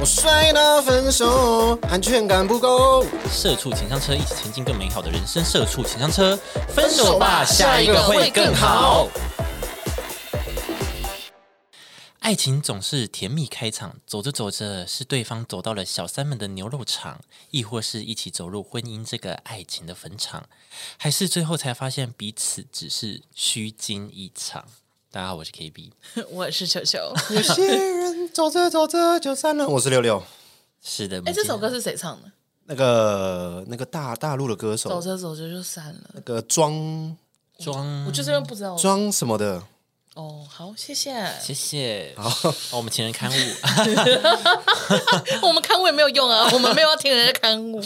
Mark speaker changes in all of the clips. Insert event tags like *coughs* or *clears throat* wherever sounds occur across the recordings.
Speaker 1: 我摔到分手，安全感不够。
Speaker 2: 社畜情商车，一起前进更美好的人生。社畜情商车，分手吧，下一个会更好。爱情总是甜蜜开场，走着走着是对方走到了小三们的牛肉场，亦或是一起走入婚姻这个爱情的坟场，还是最后才发现彼此只是虚惊一场。大家好，我是 KB，
Speaker 3: 我是球球。
Speaker 1: 有些人走着走着就散了。我是六六，
Speaker 2: 是的，
Speaker 3: 哎，这首歌是谁唱的？
Speaker 1: 那个那个大大陆的歌手
Speaker 3: 走，着走着就散了
Speaker 1: 那。个庄
Speaker 2: 装
Speaker 3: 我就是因为不知道。
Speaker 1: 庄什么的，
Speaker 3: 哦，好，谢谢。
Speaker 2: 谢谢。好、我们情人刊物，
Speaker 3: 我们看物也没有用 *laughs* 啊，我们没有要听人家看物。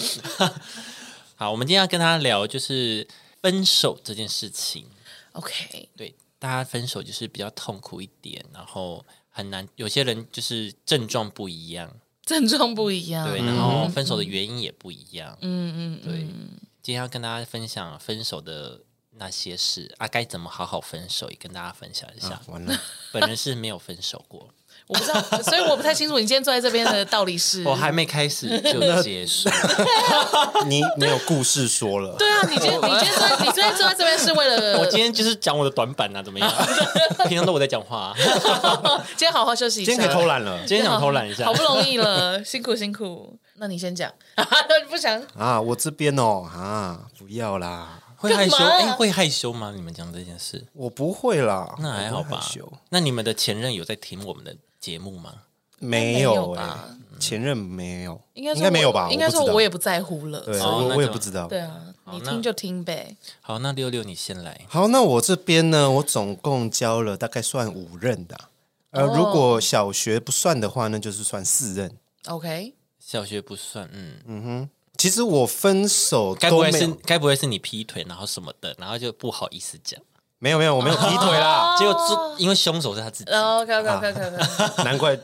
Speaker 2: 好，我们今天要跟大家聊就是分手这件事情。
Speaker 3: OK，
Speaker 2: 对，大家分手就是比较痛苦一点，然后很难，有些人就是症状不一样，
Speaker 3: 症状不一样。
Speaker 2: 对，然后分手的原因也不一样。
Speaker 3: 嗯嗯嗯，
Speaker 2: 对，今天要跟大家分享分手的那些事啊，该怎么好好分手，也跟大家分享一下。
Speaker 1: 完了， *laughs*
Speaker 2: 本人是没有分手过，
Speaker 3: 我不知道，所以我不太清楚你今天坐在这边的道理是。
Speaker 2: *laughs* 我还没开始就 *laughs* 结束，
Speaker 1: 你你有故事说了，
Speaker 3: 对啊，你今天你今天坐在你今天坐在这边是
Speaker 2: *laughs* 我
Speaker 3: 为了
Speaker 2: 今天就是讲我的短板啊，怎么 *laughs* 样？平常都我在讲话、啊，
Speaker 3: *laughs* 今天好好休息一下。
Speaker 1: 今天可以偷懒了
Speaker 2: 今天想偷懒一下
Speaker 3: 好，不容易了，辛苦辛苦。那你先讲， *laughs* 不想
Speaker 1: 啊！我这边哦啊，不要啦，
Speaker 2: 会害羞？
Speaker 3: 干嘛
Speaker 2: 哎、会害羞吗？你们讲这件事？
Speaker 1: 我不会啦，
Speaker 2: 那还好
Speaker 1: 我不会
Speaker 2: 吧
Speaker 1: 害羞。
Speaker 2: 那你们的前任有在听我们的节目吗？
Speaker 1: 没
Speaker 3: 没有
Speaker 1: 有
Speaker 3: 吧
Speaker 1: 哎，前任没有，
Speaker 3: 应该说
Speaker 1: 应该没有吧？
Speaker 3: 我应该
Speaker 1: 不知
Speaker 3: 说
Speaker 1: 道
Speaker 3: 我也不在乎了。
Speaker 1: 对，
Speaker 2: 哦那
Speaker 1: 我
Speaker 2: 就
Speaker 1: 我也不知道。
Speaker 3: 对啊，你
Speaker 2: 那
Speaker 3: 听就听呗。
Speaker 2: 好，那六六你先来。
Speaker 1: 好，那我这边呢，我总共交了大概算五任的啊、呃，
Speaker 3: 哦
Speaker 1: 如果小学不算的话，那就是算四任。
Speaker 3: OK，
Speaker 2: 小学不算，嗯，
Speaker 1: 其实我分手
Speaker 2: 该不
Speaker 1: 都
Speaker 2: 会
Speaker 1: 没
Speaker 2: 是
Speaker 1: 有，
Speaker 2: 该不会是你劈腿，然后什么的，然后就不好意思讲，哦
Speaker 1: 没有没有，我没
Speaker 2: *laughs*
Speaker 1: 有劈腿啦，
Speaker 3: 哦
Speaker 2: 结果这因为凶手是他自己，
Speaker 3: OK OK OK OK，
Speaker 1: 难怪
Speaker 3: 哦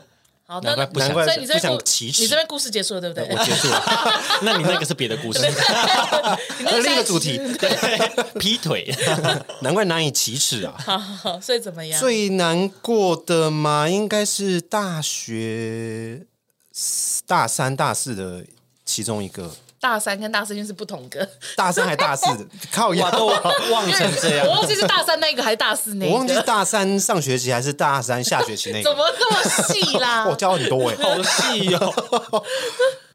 Speaker 3: 好， *laughs*
Speaker 2: 难
Speaker 3: 那
Speaker 2: 怪不想
Speaker 1: 啊难怪
Speaker 3: 所以你这
Speaker 1: 不
Speaker 3: 边
Speaker 1: 想
Speaker 3: 故
Speaker 1: 启齿
Speaker 3: 你这边故事结束了对不对？
Speaker 1: 我结束
Speaker 3: *laughs*
Speaker 1: 了。
Speaker 2: 那你那个是别的故事，
Speaker 3: 你那
Speaker 1: 另一
Speaker 3: 下
Speaker 1: 个
Speaker 3: 集
Speaker 1: 主题，
Speaker 2: 劈
Speaker 1: *laughs*
Speaker 2: 腿，
Speaker 1: 难怪难以启齿
Speaker 3: *laughs*
Speaker 1: 啊。
Speaker 3: 好好好，所以怎么样？
Speaker 1: 最难过的嘛，应该是大学大三、大四的其中一个，
Speaker 3: 大三跟大四因为是不同
Speaker 1: *laughs*
Speaker 3: 个，
Speaker 1: 大三还大四
Speaker 3: *laughs*
Speaker 1: 的，靠呀
Speaker 2: 哇，！都忘成这
Speaker 3: 我
Speaker 2: 样，
Speaker 3: 忘记是大三那个还是大四那个，
Speaker 1: 我忘记是大三上学期还是大三下学期那个，
Speaker 3: 怎么这么细啦
Speaker 1: *laughs* 我？教很多
Speaker 3: *laughs*
Speaker 1: 哎、
Speaker 2: 好细哦。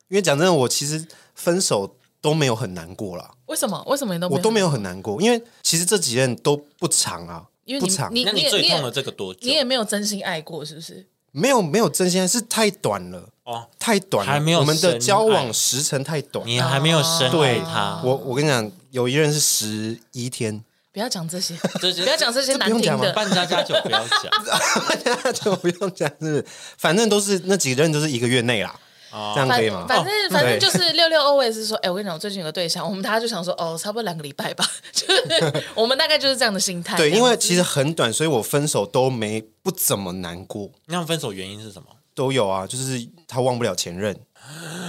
Speaker 1: 因为讲真的，我其实分手都没有很难过啦，
Speaker 3: 为什么？为什么你都
Speaker 1: 我都没
Speaker 3: 有？
Speaker 1: 有很难过，因为其实这几任都不长啊，
Speaker 3: 因为
Speaker 1: 不
Speaker 3: 你
Speaker 1: 长，
Speaker 2: *laughs*
Speaker 3: 你
Speaker 2: 那
Speaker 3: 你
Speaker 2: 你
Speaker 3: 也
Speaker 2: 最
Speaker 3: 你
Speaker 2: 痛的
Speaker 3: 也
Speaker 2: 这个多久
Speaker 3: 你？也没有真心爱过，是不是？
Speaker 1: 没有没有真心爱是太短了，
Speaker 2: 哦，
Speaker 1: 太短了，
Speaker 2: 还没有
Speaker 1: 我们的
Speaker 2: 深
Speaker 1: 交往
Speaker 2: 爱
Speaker 1: 时程太短。
Speaker 2: 你还没有深爱
Speaker 1: 对
Speaker 2: 他，
Speaker 1: 我，我跟你讲，有一任是十一天， *laughs*
Speaker 3: 不要讲这些，
Speaker 2: 这是
Speaker 3: 不要讲这些
Speaker 1: 这不
Speaker 3: 难
Speaker 1: 用
Speaker 3: 听
Speaker 1: 讲吗
Speaker 3: 的。
Speaker 2: 半家家酒不要讲 *laughs*
Speaker 1: 就不用讲，是不是？反正都是那几任都是一个月内啦，这样
Speaker 2: 哦，
Speaker 3: 反
Speaker 1: 可以吗？
Speaker 3: 反正
Speaker 1: 哦
Speaker 3: 反
Speaker 1: 对
Speaker 3: 正就是六六 always 说，哎、我跟你讲，我最近有个对象，我们大家就想说，哦，差不多两个礼拜吧， *laughs* 就是我们大概就是这样的心态。
Speaker 1: 对，
Speaker 3: 这样
Speaker 1: 因为
Speaker 3: 子
Speaker 1: 其实很短，所以我分手都没不怎么难过，
Speaker 2: 那分手原因是什么？
Speaker 1: 都有啊，就是他忘不了前任，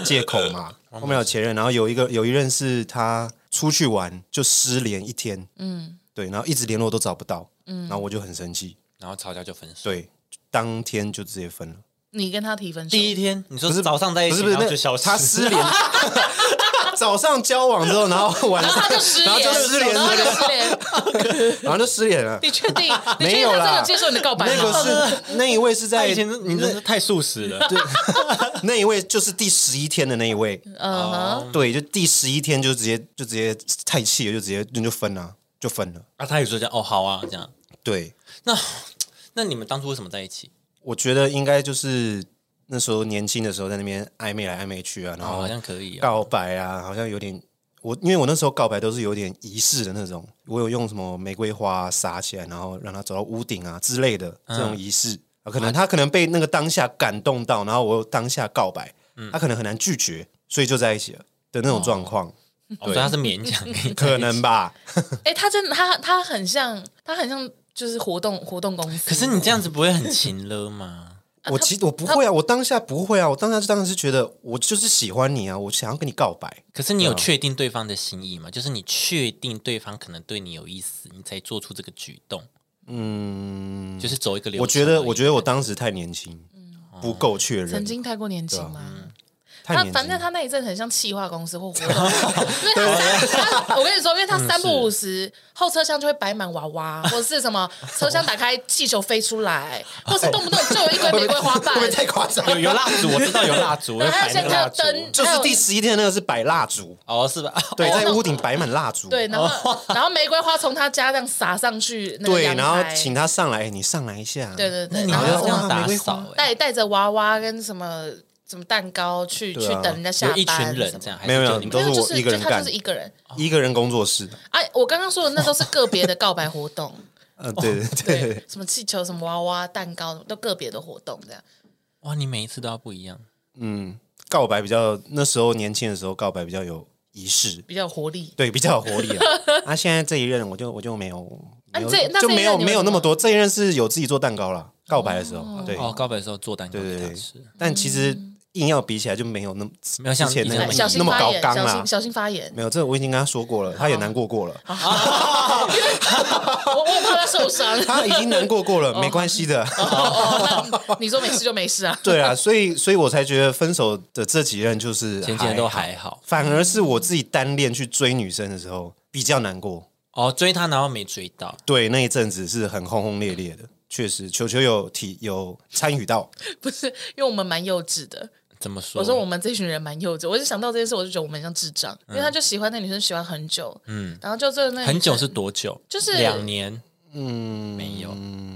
Speaker 1: 借口嘛，忘不了前任。然后有一个有一任是他出去玩就失联一天，嗯，对，然后一直联络都找不到，嗯，然后我就很生气，
Speaker 2: 然后吵架就分手。
Speaker 1: 对，当天就直接分了。
Speaker 3: 你跟他提分手，
Speaker 2: 第一天你说
Speaker 1: 不是
Speaker 2: 早上在一
Speaker 1: 不
Speaker 2: 起，
Speaker 1: 是不是，
Speaker 2: 哎然后
Speaker 1: 那
Speaker 2: 就消失，
Speaker 1: 他失联， *laughs* 早上交往之后，然后晚
Speaker 3: 然后
Speaker 1: 上
Speaker 3: 他就失联，
Speaker 1: 然后就失联
Speaker 3: 然后
Speaker 1: 那
Speaker 3: 他就
Speaker 1: 个，
Speaker 3: 失联。
Speaker 1: 然后就失联了。
Speaker 3: 你确
Speaker 1: *laughs*
Speaker 3: 定？你确
Speaker 1: 没
Speaker 3: 定
Speaker 1: 有
Speaker 3: 他真
Speaker 1: 啦
Speaker 3: 的接受你的告白吗？
Speaker 1: 那个是那一位是
Speaker 2: *laughs* 他
Speaker 1: 在
Speaker 2: 以前是你真是太素食了，
Speaker 1: 对，那一位就是第十一天的那一位，
Speaker 3: 嗯哼，
Speaker 2: 哦
Speaker 1: 对，就第十一天就直接就直接太气了，就直接人就分了、就分了。
Speaker 2: 啊，他也说这样哦，好啊，这样。
Speaker 1: 对，
Speaker 2: 那那你们当初为什么在一起？
Speaker 1: 我觉得应该就是那时候年轻的时候在那边暧昧来暧昧去啊，然
Speaker 2: 哦，
Speaker 1: 后
Speaker 2: 好像可以啊。
Speaker 1: 告白啊，好像有点我，因为我那时候告白都是有点仪式的那种，我有用什么玫瑰花撒起来，然后让他走到屋顶啊之类的这种仪式。啊，可能他可能被那个当下感动到，然后我又当下告白，他可能很难拒绝，所以就在一起了的那种状况，
Speaker 2: 哦所以他是勉强跟你在一起
Speaker 1: 可能。吧？
Speaker 3: 哎、他真的，他他很像，他很像就是活动活动公司。
Speaker 2: 可是你这样子不会很勤了吗？
Speaker 1: 我其实我不会啊，我当下不会啊，我当下就当时是觉得我就是喜欢你啊，我想要跟你告白。
Speaker 2: 可是你有
Speaker 1: 啊
Speaker 2: 确定对方的心意吗？就是你确定对方可能对你有意思，你才做出这个举动。嗯，就是走一个流程而已。
Speaker 1: 我觉得，我觉得我当时太年轻，
Speaker 2: 嗯
Speaker 1: 不够确认
Speaker 3: 曾。经太过年轻吗？
Speaker 1: 啊太
Speaker 3: 他
Speaker 1: 年
Speaker 3: 反
Speaker 1: 轻啊
Speaker 3: 正他那一阵很像企划公司或活动，因为他三他，我跟你说，因为
Speaker 1: 嗯
Speaker 3: 他三不五十，后车厢就会摆满娃娃，或者是什么车厢打开气球飞出来，或是动不动就有一堆玫瑰花瓣
Speaker 1: 会不，会太夸张？
Speaker 2: 有有
Speaker 3: *laughs*
Speaker 2: 蜡烛，我知道有蜡烛，
Speaker 3: 然
Speaker 2: 有
Speaker 3: 后
Speaker 2: 摆
Speaker 3: 还
Speaker 2: 那
Speaker 3: 有 *laughs* 现
Speaker 2: 个
Speaker 3: 在还
Speaker 2: 蜡
Speaker 3: 有
Speaker 2: 烛，
Speaker 3: 灯，
Speaker 1: 就
Speaker 3: 还
Speaker 1: 是
Speaker 3: 有
Speaker 1: 第十一天那个是摆蜡烛，
Speaker 2: 哦，是吧？
Speaker 1: 对，
Speaker 2: *laughs* 哦
Speaker 1: 在屋顶摆满蜡烛，
Speaker 3: *laughs* 对，然后然后玫瑰花从他家这样撒上去，那个
Speaker 1: 哦对，
Speaker 3: 阳
Speaker 1: 然后
Speaker 3: 台
Speaker 1: 请他上来，哎你上来一下，
Speaker 3: 对对
Speaker 2: 那
Speaker 3: 对，
Speaker 2: 你
Speaker 3: 然
Speaker 2: 还要
Speaker 3: 后
Speaker 2: 这样打
Speaker 1: 哇玫
Speaker 2: 扫，哎
Speaker 3: 带带着娃娃跟什么什么蛋糕去去
Speaker 1: 对啊
Speaker 3: 等人家下
Speaker 2: 有
Speaker 3: 班，
Speaker 2: 一群人这样，，还是
Speaker 1: 没有没有
Speaker 2: 就你们
Speaker 3: 没有
Speaker 1: 都是
Speaker 3: 就
Speaker 1: 我
Speaker 3: 是
Speaker 1: 一个人
Speaker 3: 就他
Speaker 1: 干
Speaker 3: 就是一个人。
Speaker 1: 一个人工作室，
Speaker 3: 哎，我刚刚说的那都是个别的告白活
Speaker 1: *laughs*
Speaker 3: 动，
Speaker 1: 呃，对对对对
Speaker 3: 对，什么气球、什么娃娃、蛋糕，都个别的活动这样。
Speaker 2: 哇，你每一次都要不一样，
Speaker 1: 告白比较那时候年轻的时候，告白比较有仪式，
Speaker 3: 比较有活力。
Speaker 1: 对，比较有活力啊。 *laughs* 啊，现在这一任我就我就没有，
Speaker 3: 啊
Speaker 1: 没有
Speaker 3: 这那
Speaker 1: 就
Speaker 3: 这一
Speaker 1: 没有
Speaker 3: 任你
Speaker 1: 没有
Speaker 3: 为什
Speaker 1: 那么
Speaker 3: 么
Speaker 1: 多，这一任是有自己做蛋糕啦，告白的时候，对
Speaker 2: 哦，告白的时候做蛋糕
Speaker 1: 对
Speaker 2: 给
Speaker 1: 对
Speaker 2: 他
Speaker 1: 对
Speaker 2: 吃，，
Speaker 1: 但其实硬要比起来就没有那么
Speaker 2: 没有像
Speaker 1: 之前
Speaker 2: 以
Speaker 1: 那
Speaker 2: 前
Speaker 1: 么
Speaker 2: 那么
Speaker 3: 嗯小心
Speaker 1: 那么
Speaker 3: 发
Speaker 1: 高啊
Speaker 3: 言，
Speaker 1: 纲
Speaker 3: 小
Speaker 1: 啦
Speaker 3: 心。哦小心发言。
Speaker 1: 没有，这我已经跟他说过了，他也难过过了，
Speaker 3: 我我也怕他
Speaker 1: *laughs*
Speaker 3: 受
Speaker 1: *laughs*
Speaker 3: 伤。*laughs*
Speaker 1: 他已经难过过了，没关系的。
Speaker 3: 哦，那你说没事就没事啊。
Speaker 1: 对啊，所以所以我才觉得分手的这几任就是
Speaker 2: 前几年都
Speaker 1: 还好，
Speaker 2: 还好。
Speaker 1: 反而是我自己单恋去追女生的时候比较难过。
Speaker 2: 哦，追他然后没追到，
Speaker 1: 对，那一阵子是很轰轰烈烈的，确实球球有体有参与到，
Speaker 3: 不是，因为我们蛮幼稚的。
Speaker 2: 怎么说？
Speaker 3: 我说我们这群人蛮幼稚，我就想到这件事，我就觉得我们很像智障，
Speaker 1: 嗯
Speaker 3: 因为他就喜欢那女生喜欢很久，嗯，然后就这那
Speaker 2: 很久是多久？
Speaker 3: 就是哦
Speaker 2: 两年。嗯，没有，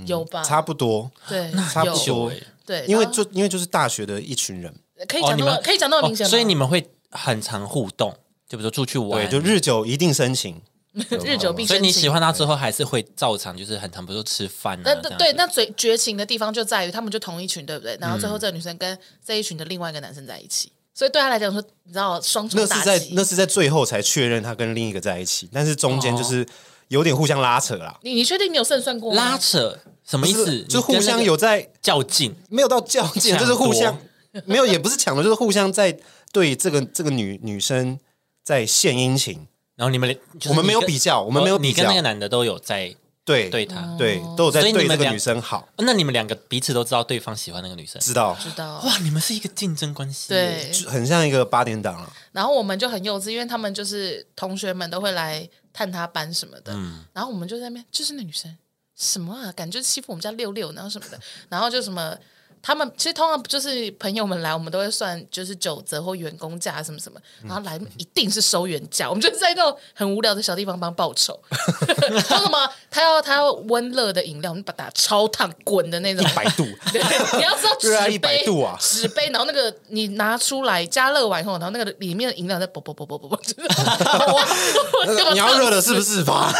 Speaker 3: 有
Speaker 2: 嗯
Speaker 3: 吧，
Speaker 1: 差不多，
Speaker 3: 对，
Speaker 1: 差不
Speaker 3: 有
Speaker 1: 多
Speaker 2: 有欸。
Speaker 3: 对，
Speaker 1: 因为
Speaker 3: 然后
Speaker 1: 就因为就是大学的一群人，
Speaker 3: 可以
Speaker 2: 哦
Speaker 3: 讲
Speaker 2: 你
Speaker 3: 那
Speaker 2: 们
Speaker 3: 么可以讲那么明显
Speaker 2: 哦
Speaker 3: 吗，
Speaker 2: 所以你们会很常互动，就比如说出去玩，
Speaker 1: 对，就日久一定生
Speaker 2: *laughs*
Speaker 1: 情，
Speaker 3: 日久必
Speaker 2: 所以
Speaker 3: 生
Speaker 2: 你喜
Speaker 3: 情。
Speaker 2: 欢他之后，还是会照常就是很常，比如说吃饭啊，
Speaker 3: 那
Speaker 2: 这样
Speaker 3: 对，
Speaker 2: 子
Speaker 3: 那最绝情的地方就在于他们就同一群，对不对？然后最
Speaker 2: 嗯
Speaker 3: 后这个女生跟这一群的另外一个男生在一起，所以对他来讲说，你知道双重
Speaker 1: 那
Speaker 3: 打
Speaker 1: 是在
Speaker 3: 击。
Speaker 1: 那是在最后才确认他跟另一个在一起，但是中间
Speaker 2: 哦
Speaker 1: 就是有点互相拉扯啦，
Speaker 3: 你你确定你有胜算过吗
Speaker 2: 拉？扯什么意
Speaker 1: 就
Speaker 2: 思
Speaker 1: 是？就互相有在
Speaker 2: 较劲，
Speaker 1: 没有到较劲，
Speaker 2: 抢
Speaker 1: 就是互相
Speaker 2: 夺
Speaker 1: 没有，也不是抢的，就是互相在对这个这个女女生在献殷勤。
Speaker 2: 然后你们连就是
Speaker 1: 我们没有
Speaker 2: 你跟
Speaker 1: 比较我们没有
Speaker 2: 哦你
Speaker 1: 比较
Speaker 2: 跟那个男的都有在
Speaker 1: 对
Speaker 2: 对他，
Speaker 3: 哦
Speaker 1: 对都有在
Speaker 2: 所以你
Speaker 1: 对这
Speaker 2: 们
Speaker 1: 个
Speaker 2: 俩
Speaker 1: 女生好，
Speaker 2: 那你们两个彼此都知道对方喜欢那个女生，
Speaker 1: 知道，
Speaker 3: 知道
Speaker 2: 哇，你们是一个竞争关系，，
Speaker 3: 对，
Speaker 1: 就很像一个八点档啊了。
Speaker 3: 然后我们就很幼稚，因为他们就是同学们都会来探他班什么的，然后我们就在那边，就是那女生什么啊，感觉欺负我们家六六，然后什么的，然后就什么。他们其实通常就是朋友们来，我们都会算就是九折或员工价什么什么，然后来一定是收原价。我们就是在那种很无聊的小地方帮报仇，说什么他要他要温热的饮料，我们把它打超烫滚的那种，
Speaker 1: 百
Speaker 2: *laughs*
Speaker 1: 度
Speaker 3: 对，你要知道
Speaker 1: 热爱
Speaker 3: 纸
Speaker 1: 100
Speaker 3: 杯，
Speaker 1: 度啊
Speaker 3: 纸杯，然后那个你拿出来加热完以后，然后那个里面的饮料在啵啵啵啵啵啵，就是我
Speaker 1: 那个你要热的是不？是吧？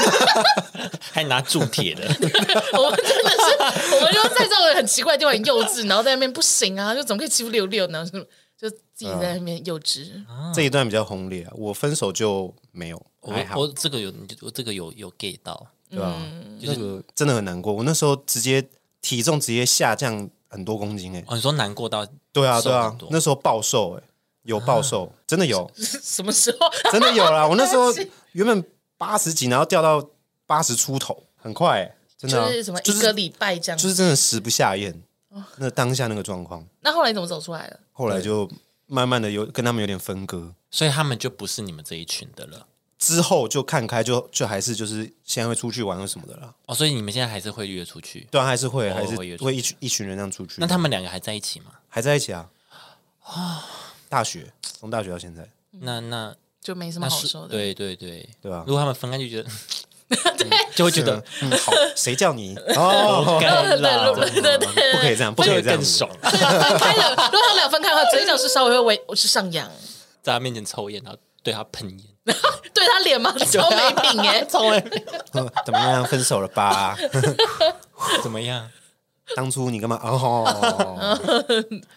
Speaker 2: 还拿铸铁
Speaker 3: *laughs*
Speaker 2: 的，
Speaker 3: 我们真的是，我们就在这种很奇怪的地方很幼稚，然后在那边不行啊，就怎么可以欺负六六呢？就自己在那边幼稚，
Speaker 1: 这一段比较轰烈啊，我分手就没有，
Speaker 2: 我
Speaker 1: 还好
Speaker 2: 我，这个有你就我这个有有 get 到，
Speaker 3: 嗯
Speaker 1: 对吧？那个真的很难过，我那时候直接体重直接下降很多公斤，哎，
Speaker 2: 哦，你说难过到
Speaker 1: 对啊，
Speaker 2: 瘦
Speaker 1: 对啊
Speaker 2: 很多，
Speaker 1: 那时候暴瘦，哎，有
Speaker 3: 啊
Speaker 1: 暴瘦，真的有，
Speaker 3: 什么时候？
Speaker 1: 真的有啦！我那时
Speaker 3: *laughs*
Speaker 1: 候
Speaker 3: 对不
Speaker 1: 原本八十几，然后掉到八十出头，很快、欸，真的啊、
Speaker 3: 就是什么
Speaker 1: 就
Speaker 3: 一个
Speaker 1: 是
Speaker 3: 礼哦拜这样
Speaker 1: 就。是真的食不下咽。那当下那个状况，
Speaker 3: 那后来你怎么走出来了？
Speaker 1: 后来就慢慢的有跟他们有点分割，
Speaker 2: 所以他们就不是你们这一群的了。
Speaker 1: 之后就看开就，就还是就是现在会出去玩或什么的啦。
Speaker 2: 哦，所以你们现在还是会约出去？
Speaker 1: 对、啊，还是会、
Speaker 2: 哦
Speaker 1: 还是
Speaker 2: 我也是
Speaker 1: 会一群一群人这样出去。
Speaker 2: 那他们啊两个还在一起吗？
Speaker 1: 还在一起啊？大学从大学到现在，
Speaker 2: 那那
Speaker 3: 就没什么
Speaker 2: 那
Speaker 3: 嗯好
Speaker 2: 是
Speaker 3: 说的。
Speaker 2: 对对对
Speaker 1: 对啊
Speaker 2: 如果他们分开就觉得， *laughs* 嗯就会觉得
Speaker 1: 嗯，好，谁叫你
Speaker 2: *laughs*
Speaker 1: 哦？
Speaker 2: 该
Speaker 3: 对
Speaker 2: 啦，
Speaker 3: 对对对对，
Speaker 1: 不可以这样，不可
Speaker 2: 就
Speaker 1: 以
Speaker 2: 会
Speaker 1: 这样
Speaker 2: 更
Speaker 1: 子，
Speaker 2: 爽， *laughs*
Speaker 3: 分开了。如果他们俩分开的话，嘴角是稍微会微是上扬，
Speaker 2: 在他面前抽烟，然后对他喷
Speaker 3: *laughs*
Speaker 2: 烟，
Speaker 3: 对他脸吗？超没病哎、
Speaker 2: 抽烟
Speaker 1: 嗯怎么样？分手了吧？
Speaker 2: *laughs* 怎么样？
Speaker 1: 当初你干嘛？哦，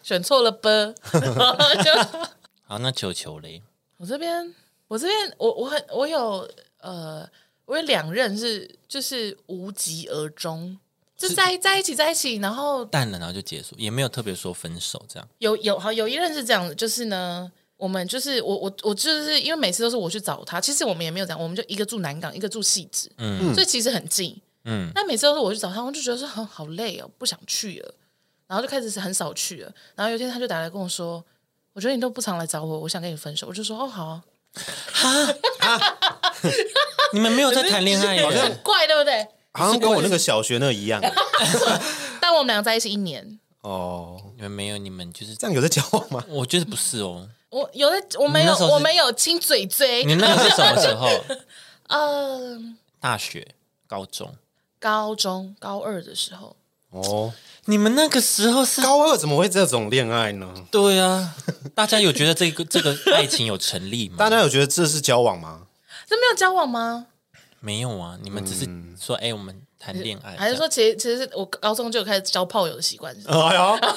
Speaker 3: 选错了吧？ *laughs* 就
Speaker 2: 好，那球球嘞，
Speaker 3: 我这边，我这边，我我很我有呃，我有两任是就是无疾而终，就在在一起在一起，然后
Speaker 2: 淡了，然后就结束，也没有特别说分手这样。
Speaker 3: 有有好有一任是这样的，就是呢，我们就是我我我就是因为每次都是我去找他，其实我们也没有这样，我们就一个住南港，一个住汐止，嗯，所以其实很近，
Speaker 2: 嗯
Speaker 3: 哦嗯，但每次都是我去找他，我就觉得说很好累哦，不想去了。然后就开始是很少去了。然后有一天他就打来跟我说，我觉得你都不常来找我，我想跟你分手。我就说哦好啊、
Speaker 2: 你们没有在谈恋爱耶，
Speaker 3: *laughs* 很怪对不对？
Speaker 1: 好像跟我那个小学那一样
Speaker 3: 但我们两个在一起一年，
Speaker 1: 哦。
Speaker 2: 你们没有，你们就是
Speaker 1: 这样有在交往吗？
Speaker 2: 我觉得不是哦。
Speaker 3: 我有的我没
Speaker 2: 你
Speaker 3: 有
Speaker 2: 那时候是
Speaker 3: 我没有亲嘴嘴
Speaker 2: 你，们那个是什么时候？
Speaker 3: *laughs* 嗯、
Speaker 2: 大学、高中？
Speaker 3: 高中高二的时候，
Speaker 1: 哦，
Speaker 2: 你们那个时候是？
Speaker 1: 高二怎么会这种恋爱呢？
Speaker 2: 对啊，大家有觉得这个这个爱情有成立吗？
Speaker 1: 大家有觉得这是交往
Speaker 2: *laughs*
Speaker 1: 吗？
Speaker 3: 这没有交往吗？
Speaker 2: 没有啊，你们只是说，哎、我们谈恋爱，
Speaker 3: 还是说其实其实我高中就有开始交炮友的习惯？是不是
Speaker 1: 哎呦，
Speaker 2: 这样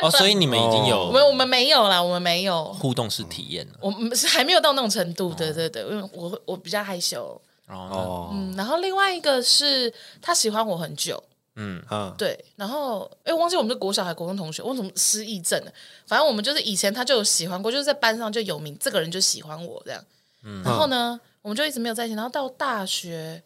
Speaker 2: 哦？所以你们已经
Speaker 3: 我
Speaker 2: 有
Speaker 3: 们我们没有啦，我们没有，
Speaker 2: 互动式体验了。
Speaker 3: 我们是还没有到那种程度。对对对，因为我我比较害羞。
Speaker 2: 哦，
Speaker 1: 哦，
Speaker 3: 嗯，然后另外一个是他喜欢我很久，
Speaker 2: 嗯，
Speaker 1: 嗯，
Speaker 3: 对，然后哎，我忘记我们是国小还是国中同学，我怎么失忆症了？反正我们就是以前他就有喜欢过，就是在班上就有名，这个人就喜欢我这样。
Speaker 1: 嗯
Speaker 3: 然后呢，我们就一直没有在一起，然后到大学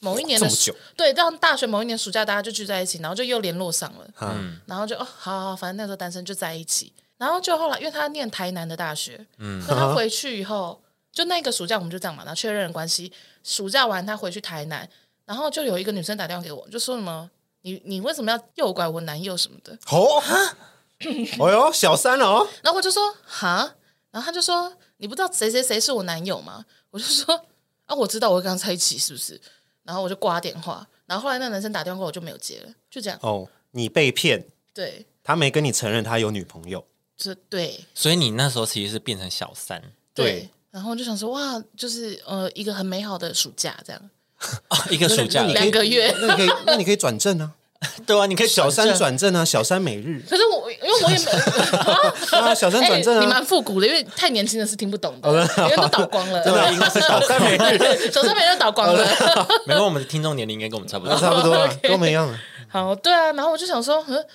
Speaker 3: 某一年的
Speaker 1: 这么久
Speaker 3: 对，到大学某一年暑假大家就聚在一起，然后就又联络上了，
Speaker 1: 嗯
Speaker 3: 然后就哦，好好，好反正那时候单身就在一起，然后就后来因为他念台南的大学，嗯，所以他回去以后，就那个暑假我们就这样嘛，然后确认了关系，暑假完他回去台南，然后就有一个女生打电话给我，就说什么。你你为什么要诱拐我男友什么的？
Speaker 1: 哦，哎呦，小三了哦，
Speaker 3: 然后我就说哈，然后他就说你不知道谁谁谁是我男友吗？我就说啊，我知道，我会跟他在一起是不是？然后我就挂电话，然后后来那男生打电话给我，我就没有接了，就这样。
Speaker 1: 哦，你被骗，
Speaker 3: 对，
Speaker 1: 他没跟你承认他有女朋友，
Speaker 3: 这对
Speaker 2: 所以你那时候其实是变成小三
Speaker 1: 对
Speaker 3: 然后我就想说哇，就是呃一个很美好的暑假这样。
Speaker 2: 哦，一个暑假
Speaker 1: 那你
Speaker 3: 可以两个月
Speaker 1: 那你可以，那你可以转正啊，
Speaker 2: 对啊，你可以
Speaker 1: 小
Speaker 2: *laughs* 转
Speaker 1: 三
Speaker 2: 正
Speaker 1: 转正啊，小三每日
Speaker 3: 可是我因为我也没有
Speaker 1: *laughs* 啊，小三转正
Speaker 3: 你
Speaker 1: 啊，哦
Speaker 3: 蛮复古的，因为太年轻的是听不懂的，因为都倒光了，
Speaker 1: *laughs*
Speaker 2: 啊
Speaker 3: *laughs*
Speaker 1: 真的啊应该是哦小三每
Speaker 2: *laughs*
Speaker 1: 日，
Speaker 3: 手上面都倒光了。
Speaker 2: 没有，我们的听众年龄应该跟我们差不多。
Speaker 1: 差不多
Speaker 2: *laughs*
Speaker 1: 啊，跟我们一样啊，
Speaker 3: *laughs* 好，对啊，然后我就想说，嗯，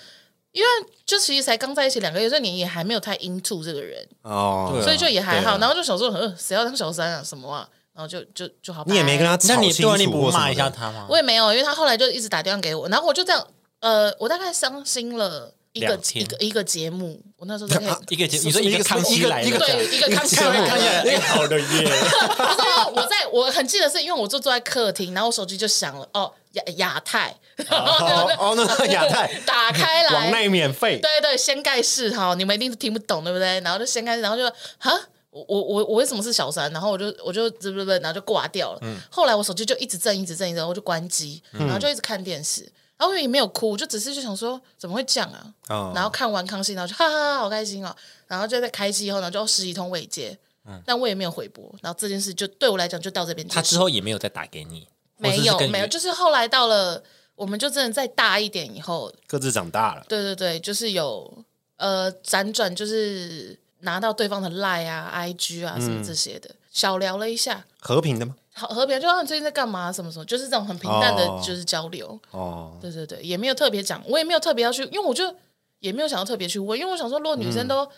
Speaker 3: 因为就其实才刚在一起两个月，所以你也还没有太 into 这个人，
Speaker 1: 哦
Speaker 2: 对啊，
Speaker 3: 所以就也还好。
Speaker 1: 对啊
Speaker 3: 然后就想说，嗯，谁要当小三啊，什么啊？然后就就就好。
Speaker 1: 你也没跟，他
Speaker 2: 那
Speaker 1: 吵
Speaker 2: 你
Speaker 1: 清
Speaker 2: 对
Speaker 1: 楚
Speaker 2: 啊，
Speaker 1: 或
Speaker 2: 你
Speaker 1: 什
Speaker 2: 不
Speaker 1: 么
Speaker 2: 骂一
Speaker 1: 的，
Speaker 2: 下他吗？
Speaker 3: 我也没有，因为他后来就一直打电话给我，然后我就这样，呃，我大概伤心了一个
Speaker 2: 两天
Speaker 3: 一个一个节目，我那时候大概。
Speaker 2: 一个节，你说一个康熙来
Speaker 1: 啊一个
Speaker 2: 了，
Speaker 3: 对，一个康熙来
Speaker 2: 看起来
Speaker 3: 了。
Speaker 2: 哎，好的 *laughs* 耶，
Speaker 3: 就是因为我在我很记得是因为我就坐在客厅，然后我手机就响了，哦，亚亚太，然后
Speaker 2: 啊
Speaker 1: 哦
Speaker 3: *laughs* 就
Speaker 1: 哦，那个亚
Speaker 2: *laughs*
Speaker 1: 太
Speaker 3: 打开来，
Speaker 1: 网内免费，
Speaker 3: 对对，掀盖式哈，你们一定是听不懂，对不对？然后就掀盖式，然后就哈，我我我我为什么是小三？然后我就我就不不不，然后就挂掉了。
Speaker 2: 嗯
Speaker 3: 后来我手机就一直震，一直震，一直震，我就关机，然后就一直看电视。然后我也没有哭，我就只是就想说怎么会这样啊？
Speaker 1: 哦
Speaker 3: 然后看完康熙，然后就哈哈哈，好开心哦。然后就在开机以后呢，就十几通未接，但我也没有回拨。然后这件事就对我来讲就到这边结束。
Speaker 2: 嗯他之后也没有再打给你，
Speaker 3: 没
Speaker 2: 或者是
Speaker 3: 有
Speaker 2: 跟你
Speaker 3: 没
Speaker 2: *laughs*
Speaker 3: 有，就是后来到了，我们就真的再大一点以后，
Speaker 1: 各自长大了，
Speaker 3: 对对对，就是有呃辗转，就是拿到对方的 Line 啊、IG 啊什么这些的，小聊了一下。
Speaker 1: 和平的吗？
Speaker 3: 好，和平就说、啊、你最近在干嘛？什么什么，就是这种很平淡的，
Speaker 1: 哦
Speaker 3: 就是交流。
Speaker 1: 哦，
Speaker 3: 对对对，也没有特别讲，我也没有特别要去，因为我就也没有想要特别去问，因为我想说，如果女生都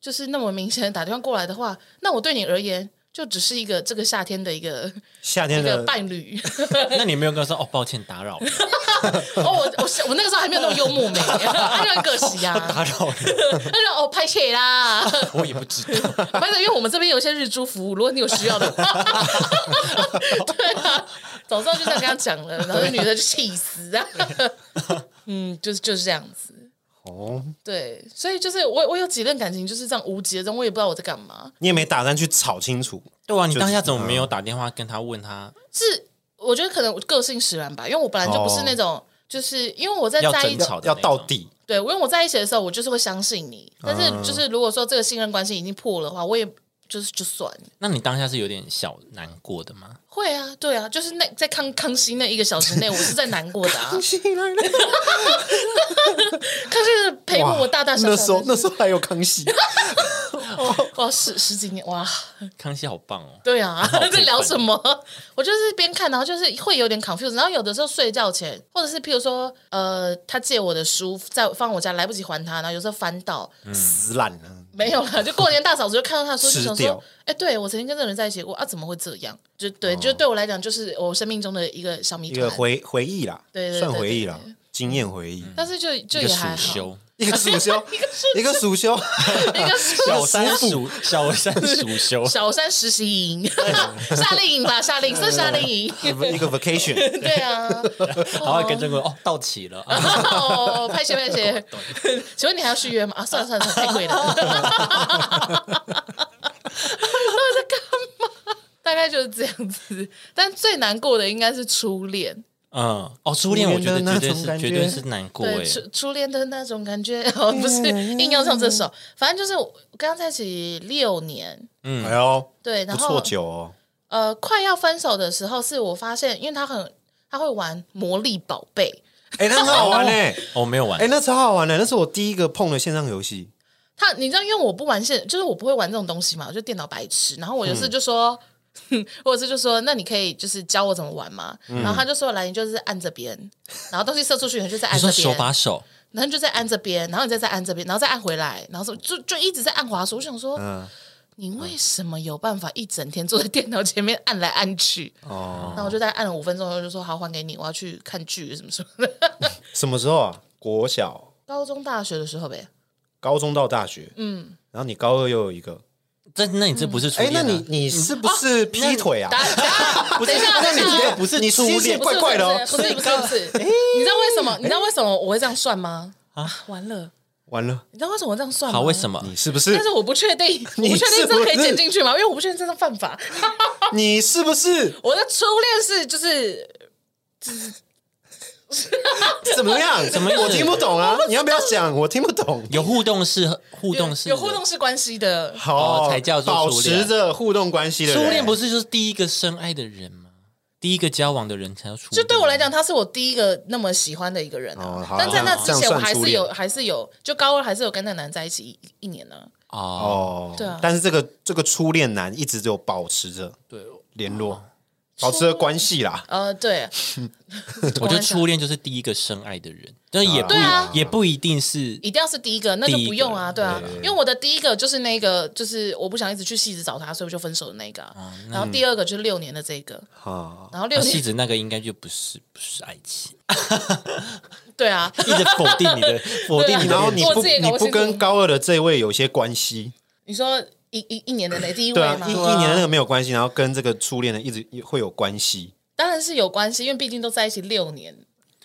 Speaker 3: 就是那么明显的打电话过来的话，那我对你而言就只是一个这个夏天的一个
Speaker 1: 夏
Speaker 3: 一
Speaker 1: 天
Speaker 3: 个
Speaker 1: 的
Speaker 3: 伴侣。
Speaker 2: 那你有没有跟他说哦，抱歉打
Speaker 3: *laughs*
Speaker 2: 扰了，
Speaker 3: 哦，我我我那个时候还没有那么幽默美， *laughs* 他就很可惜啊。
Speaker 2: 打扰了，
Speaker 3: *laughs* 他说哦，拍谢啦。
Speaker 2: 我也不知道。
Speaker 3: *laughs* 反正因为我们这边有一些日租服务，如果你有需要的
Speaker 2: *laughs*
Speaker 3: 话，对啊，早知道就这样跟他讲了，然后那女的就气死啊，嗯，就是就是这样子，
Speaker 1: 哦，
Speaker 3: 对，所以就是我我有几任感情就是这样无疾而终，我也不知道我在干嘛，
Speaker 1: 你也没打算去吵清楚，
Speaker 2: 对啊，你当下怎么没有打电话跟他问他？
Speaker 3: 是我觉得可能我个性使然吧，因为我本来就不是那种。就是因为我在
Speaker 2: 哦要
Speaker 3: 在一
Speaker 2: 争
Speaker 3: 起，
Speaker 2: 吵的
Speaker 1: 要
Speaker 2: 那
Speaker 1: 到
Speaker 2: 种 *laughs*
Speaker 1: 底
Speaker 3: 对，因为我在一起的时候，我就是会相信你。
Speaker 2: 嗯
Speaker 3: 但是就是如果说这个信任关系已经破了的话，我也就是就算了。
Speaker 2: 那你当下是有点小难过的吗？
Speaker 3: 会啊，对啊，就是那在康康熙那一个小时内，我是在难过的啊。康熙是陪
Speaker 2: 哎
Speaker 3: 过我大大小
Speaker 1: 那时
Speaker 3: 小
Speaker 1: 候
Speaker 3: 的，
Speaker 1: 那时候还有康
Speaker 2: *laughs*
Speaker 1: 熙，
Speaker 3: 哇十十几年哇，
Speaker 2: 康熙好棒哦，
Speaker 3: 对啊，
Speaker 2: 好
Speaker 3: *laughs* 在聊什么？我就是边看，然后就是会有点 confused，然后有的时候睡觉前，或者是譬如说，呃，他借我的书在放我家来不及还他，然后有时候翻到
Speaker 1: 嗯死懒啊了，
Speaker 3: 没有了，就过年大扫除就看到他说，就
Speaker 1: 吃 *laughs*
Speaker 3: 想
Speaker 1: 掉
Speaker 3: 说，哎，对我曾经跟这个人在一起过啊，怎么会这样？就对，就对我来讲，就是我生命中的一个小谜
Speaker 1: 一个
Speaker 3: 团。
Speaker 1: 回回忆啦，
Speaker 3: 对对对
Speaker 1: 算回忆啦。
Speaker 3: 对对嗯
Speaker 1: 经验回忆，
Speaker 3: 但是就就
Speaker 2: 一个
Speaker 3: 也还
Speaker 2: 暑
Speaker 3: 好， *laughs*
Speaker 2: 修，
Speaker 1: 一个暑修，一个暑修，
Speaker 3: 一个暑，
Speaker 2: 小三暑小三暑修
Speaker 3: 小三实习
Speaker 1: *laughs*
Speaker 3: 营、夏令营吧，夏令是夏令营， *laughs*
Speaker 1: 一个 vacation，
Speaker 3: 对啊，
Speaker 2: 然后跟这个哦到齐了，啊
Speaker 3: 哦，拍谢拍谢，请问你还要续约吗？啊，算了算了，太贵了。 *laughs* 我在干嘛？大概就是这样子，但最难过的应该是初恋，
Speaker 2: 嗯，哦初恋我觉得绝对是绝对是难过哎
Speaker 3: 对，初初恋的那种感觉，哦，不是硬要唱这首，反正就是我跟他在一起六年，
Speaker 1: 哎呦，
Speaker 3: 对，
Speaker 1: 不
Speaker 3: 然
Speaker 1: 错
Speaker 3: 后
Speaker 1: 酒哦，
Speaker 3: 呃，快要分手的时候，是我发现，因为他很他会玩魔力宝贝，
Speaker 1: 哎，那很好玩
Speaker 3: *laughs*
Speaker 1: 呢，
Speaker 2: 哦没有玩
Speaker 1: 哎，那超好玩的，那是我第一个碰的线上游戏，
Speaker 3: 他你知道，因为我不玩现，就是我不会玩这种东西嘛，我就电脑白痴。然后我有
Speaker 1: 嗯
Speaker 3: 次就说，我有次就说，那你可以就是教我怎么玩嘛。然
Speaker 1: 嗯
Speaker 3: 后他就说，来，你就是按这边，然后东西射出去，你就再
Speaker 2: 你
Speaker 3: 按这
Speaker 2: 说
Speaker 3: 边
Speaker 2: 手，把手，
Speaker 3: 然后你就再按这边，然后你再再按这边，然后再按回来，然后什么就就一直在按滑鼠。我想说，
Speaker 1: 嗯，
Speaker 3: 你为什么有办法一整天坐在电脑前面按来按去？
Speaker 1: 哦，
Speaker 3: 然后我就大概按了五分钟，然后就说好还给你，我要去看剧什么什么的。
Speaker 1: 什么时候啊？国小、
Speaker 3: 高中、大学的时候呗，
Speaker 1: 高中到大学，嗯，然后你高二又有一个，
Speaker 2: 这那你这不是初
Speaker 1: 哎，
Speaker 2: 恋
Speaker 1: 那
Speaker 2: 啊，
Speaker 1: 你你是 *laughs* 不
Speaker 3: 哦
Speaker 1: 是劈腿啊？
Speaker 3: 答答，等一下，等一下，
Speaker 1: 不是你初恋， *laughs* 怪怪的哦，
Speaker 3: 不是不是不是，你知道为什么？你知道为什么我会这样算吗？啊，完了！
Speaker 1: 完了，
Speaker 3: 你知道为什么我这样算
Speaker 2: 啊
Speaker 3: 吗？
Speaker 2: 好为什？么？
Speaker 1: 你是不是
Speaker 3: 但？是我不确定，我
Speaker 1: *laughs* 你
Speaker 3: 不确定
Speaker 1: 是不
Speaker 3: 这可以
Speaker 1: 是
Speaker 3: 剪进去吗？因为我不确定这是犯法。
Speaker 1: 你是不是？
Speaker 3: 我的初恋是就是
Speaker 1: 怎么样？怎
Speaker 2: 么意思
Speaker 1: 我听不懂啊！你要不要讲？我听不懂。
Speaker 2: 有互动式互动式
Speaker 3: 有互动式关系的，
Speaker 1: 好，
Speaker 2: 哦才叫做
Speaker 1: 保
Speaker 2: 初恋
Speaker 1: 持着互动关系的
Speaker 2: 初
Speaker 1: 人
Speaker 2: 恋不是就是第一个深爱的人吗？第一个交往的人才要初恋，
Speaker 3: 就对我来讲，他是我第一个那么喜欢的一个人啊
Speaker 1: 哦好。
Speaker 3: 但在那
Speaker 1: 好
Speaker 3: 之
Speaker 1: 这
Speaker 3: 前，
Speaker 1: 样算
Speaker 3: 我还
Speaker 1: 初
Speaker 3: 是
Speaker 1: 恋
Speaker 3: 有还是有，就高二还是有跟那男在一起一一年呢。
Speaker 2: 哦，
Speaker 1: 哦，
Speaker 3: 对啊
Speaker 1: 但是这个这个初恋男一直就保持着
Speaker 2: 对，
Speaker 1: 联
Speaker 2: 哦
Speaker 1: 络，保持着关系啦。*laughs*
Speaker 3: 呃，对， *laughs*
Speaker 2: 我觉得初恋就是第一个深爱的人，但也不
Speaker 3: 对啊
Speaker 2: 也不一定是
Speaker 3: 一定要是第一个，那就不用啊，
Speaker 2: 第一
Speaker 3: 对
Speaker 2: 个
Speaker 3: 啊，因为我的第一个就是那个，就是我不想一直去戏子找他，所以我就分手的那个啊、然后第二个就是六年的这个，
Speaker 1: 啊，
Speaker 3: 然后
Speaker 2: 啊
Speaker 3: 六
Speaker 2: 戏
Speaker 3: 年，
Speaker 2: 子那个应该就不是不是爱情，
Speaker 3: 对啊，
Speaker 2: 一直否定你
Speaker 3: *laughs*
Speaker 2: 的否定你的
Speaker 1: 然后
Speaker 2: 恋
Speaker 1: 你
Speaker 2: 情，
Speaker 3: 我
Speaker 1: 不
Speaker 3: 自己也搞
Speaker 1: 你
Speaker 3: 不清楚
Speaker 1: 不跟高二的这位有些关系，
Speaker 3: 你说一一一年的哪第一位
Speaker 1: 对啊，
Speaker 3: 吗？
Speaker 1: 一一年的那个没有关系，然后跟这个初恋的一直会有关系，
Speaker 3: 当然是有关系，因为毕竟都在一起六年，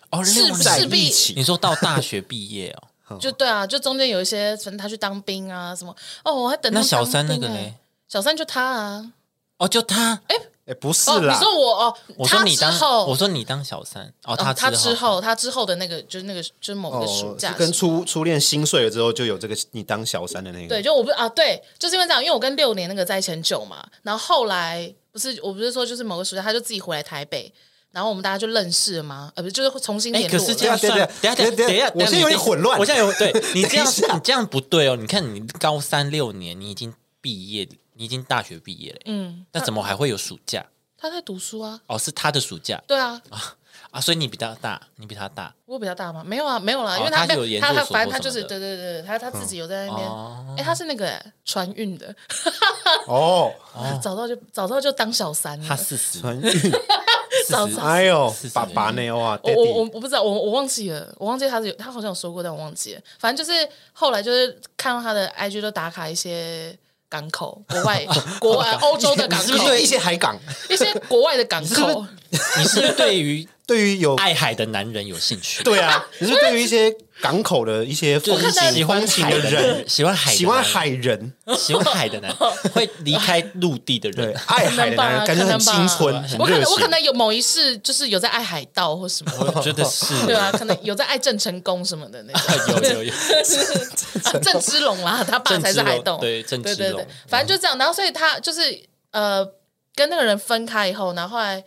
Speaker 2: 哦，
Speaker 3: 是
Speaker 2: 另外
Speaker 1: 在
Speaker 3: 势必
Speaker 1: 一起
Speaker 2: 你说到大学毕业
Speaker 3: *laughs*
Speaker 2: 哦，
Speaker 3: 就对啊，就中间有一些，反正他去当兵啊什么，哦，我还等他
Speaker 2: 那小
Speaker 3: 当
Speaker 2: 三那
Speaker 3: 兵
Speaker 2: 个
Speaker 3: 啊
Speaker 2: 嘞，
Speaker 3: 小三就他啊，
Speaker 2: 哦，就他，
Speaker 1: 哎，不是
Speaker 3: 哦，你
Speaker 1: 啦，
Speaker 3: 说我哦，
Speaker 2: 我说
Speaker 3: 他
Speaker 2: 你
Speaker 3: 之
Speaker 2: 当，
Speaker 3: 后，
Speaker 2: 我说你当小三，哦，
Speaker 3: 哦他之
Speaker 2: 之后，
Speaker 3: 后，他之后的那个就是那个就是某个暑
Speaker 1: 哦，是
Speaker 3: 假什么的，
Speaker 1: 跟初初恋心碎了之后就有这个你当小三的那个，
Speaker 2: 嗯
Speaker 3: 对，就我不啊，对，就是因为这样，因为我跟六年那个在一起很久嘛，然后后来不是我不是说就是某个暑假他就自己回来台北，然后我们大家就认识了吗？呃，不是，就是重新
Speaker 2: 哎，
Speaker 3: 联
Speaker 2: 可
Speaker 3: 络了。
Speaker 2: 是这
Speaker 1: 样
Speaker 2: 样算，
Speaker 1: 等一下
Speaker 2: 等一下
Speaker 1: 等一下
Speaker 2: 等一下，
Speaker 1: 我现在有点混乱
Speaker 2: 我现在有对
Speaker 1: *laughs*
Speaker 2: 你这样
Speaker 1: 等一下
Speaker 2: 你这样不对哦，你看你高三六年，你已经毕业，你已经大学毕业了，嗯，那怎么还会有暑假？
Speaker 3: 他在读书啊，
Speaker 2: 哦，是他的暑假
Speaker 3: 对啊，
Speaker 2: 啊，所以你比他大，你比他大
Speaker 3: 我比较大吗？没有啊，没有啦，
Speaker 2: 哦
Speaker 3: 因为
Speaker 2: 他
Speaker 3: 没
Speaker 2: 有研
Speaker 3: 他
Speaker 2: 究
Speaker 3: 他
Speaker 2: 所
Speaker 3: 反正
Speaker 2: 或什
Speaker 3: 他就是
Speaker 2: 么嗯
Speaker 3: 对对对，对他他自己有在那边，
Speaker 2: 哦，
Speaker 3: 哎，他是那个哎船运的，
Speaker 1: 哦，
Speaker 3: *laughs* 早知道就早知道就当小三
Speaker 2: 啊他
Speaker 3: 了。
Speaker 2: 四十，
Speaker 1: 传
Speaker 3: *laughs* 早
Speaker 2: 四十，
Speaker 1: *laughs* 哎呦
Speaker 2: 是，是
Speaker 1: 爸爸呢？哇，
Speaker 3: 我
Speaker 1: 爹
Speaker 3: 我我
Speaker 1: 地，
Speaker 3: 我不知道，我我忘记了，我忘记他是有他好像有说过，但我忘记了。反正就是后来就是看到他的 IG 都打卡一些港口，国
Speaker 1: *laughs*
Speaker 3: 外国外欧洲的港
Speaker 1: 你是不
Speaker 3: 口，
Speaker 1: 是 *laughs* 对一些海港，
Speaker 3: 一些国外的港口，
Speaker 2: 你是不是对于
Speaker 1: 对于有
Speaker 2: 爱海的男人有兴 *laughs*
Speaker 3: *laughs*
Speaker 2: 趣？
Speaker 1: 对啊，你是不是对于一些港口的一些风
Speaker 2: 就是
Speaker 1: 景、
Speaker 2: 喜欢
Speaker 1: 风情
Speaker 2: 海
Speaker 1: 的
Speaker 2: 的
Speaker 1: 人，
Speaker 2: 喜欢海的
Speaker 1: 喜欢
Speaker 2: 男人
Speaker 1: 海人，
Speaker 2: *laughs* 喜欢海的男人，会离开陆地的
Speaker 1: 对
Speaker 2: 人，
Speaker 1: 爱海的男人，
Speaker 3: 可
Speaker 1: 感觉
Speaker 3: 能吧
Speaker 1: 很青春，很
Speaker 3: 我可
Speaker 1: 热
Speaker 3: 能我
Speaker 1: 血
Speaker 3: 可。能有某一世就是有在爱海盗或什么
Speaker 1: *laughs*
Speaker 3: 的，
Speaker 2: *laughs* 我觉得是
Speaker 3: 对啊，可能有在爱郑成功什么的那种。
Speaker 2: 有有
Speaker 3: *laughs*
Speaker 2: 有，
Speaker 3: 啊郑芝龙啦，他爸才是海
Speaker 2: 郑芝
Speaker 3: 洞，
Speaker 2: 龙对郑芝
Speaker 3: 对
Speaker 2: 龙
Speaker 3: 对对，反正就这样。然后所以他就是呃，跟那个人分开以后，然后后来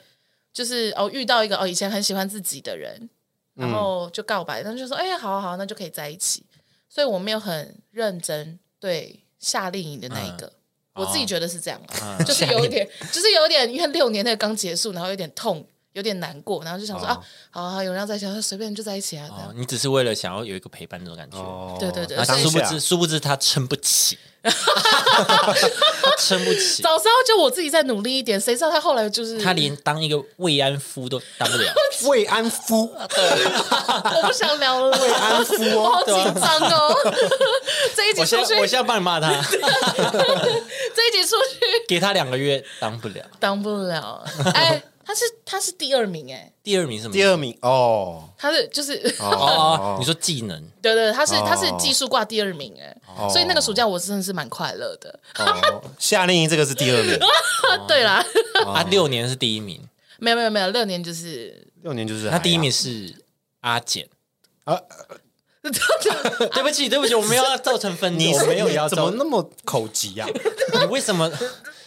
Speaker 3: 就是哦遇到一个哦以前很喜欢自己的人，然后就告白，他就说哎呀好啊好啊，那就可以在一起。所以我没有很认真对夏令营的那一个。我自己觉得是这样啊、就是有一点，就是有一点，因为六年那个刚结束，然后有点痛，有点难过，然后就想说、啊，好啊，好有人要在一起，啊随便就在一起啊，
Speaker 2: 哦
Speaker 3: 这样。
Speaker 2: 哦，你只是为了想要有一个陪伴那种感觉。
Speaker 1: 哦
Speaker 3: 对对对
Speaker 2: 啊，
Speaker 1: 当
Speaker 2: 殊不
Speaker 1: 下
Speaker 3: *laughs*
Speaker 2: 知，殊不知他撑不起，他撑不起，
Speaker 3: 早知道就我自己再努力一点，谁知道他后来就是
Speaker 2: 他连当一个慰安妇都当不
Speaker 3: *laughs*
Speaker 2: 了。
Speaker 1: 慰安夫，
Speaker 3: 我不想聊了，
Speaker 1: 慰安夫
Speaker 3: *laughs* 我
Speaker 1: 哦
Speaker 3: 好紧张哦。 *laughs* 这一集
Speaker 2: 我
Speaker 3: 出
Speaker 2: 现在我
Speaker 3: 去，
Speaker 2: 现在帮你骂
Speaker 3: *laughs*
Speaker 2: 他，
Speaker 3: 这一集出去
Speaker 2: 给他两个月当不了。
Speaker 3: *laughs* 当不了。 *laughs* 哎，他是他是第二名哎，
Speaker 2: 第二名是什么？
Speaker 1: 第二名哦，
Speaker 3: 他是就是
Speaker 2: 哦哦
Speaker 1: 哦，
Speaker 2: 你说技能
Speaker 3: *laughs* 对对，他是
Speaker 1: 哦
Speaker 3: 他是技术挂第二名哎，
Speaker 2: 哦
Speaker 3: 所以那个暑假我真的是蛮快乐的。
Speaker 1: 哦，夏令营这个是第二名，
Speaker 2: 哦
Speaker 3: *laughs* 对啦，
Speaker 2: 啊，六年是第一名，
Speaker 3: 没有没有没有，六年就是
Speaker 2: *laughs*
Speaker 3: *laughs*
Speaker 1: 六年就是
Speaker 2: 那第一名是阿简。
Speaker 1: 啊，
Speaker 2: 对不起，对不起，我没有要造成 *laughs* 分
Speaker 1: 你
Speaker 2: 裂，我没有
Speaker 1: 你
Speaker 2: 要
Speaker 1: 怎
Speaker 2: 造
Speaker 1: 么，那么口急啊呀？
Speaker 2: 你为什 *laughs* 么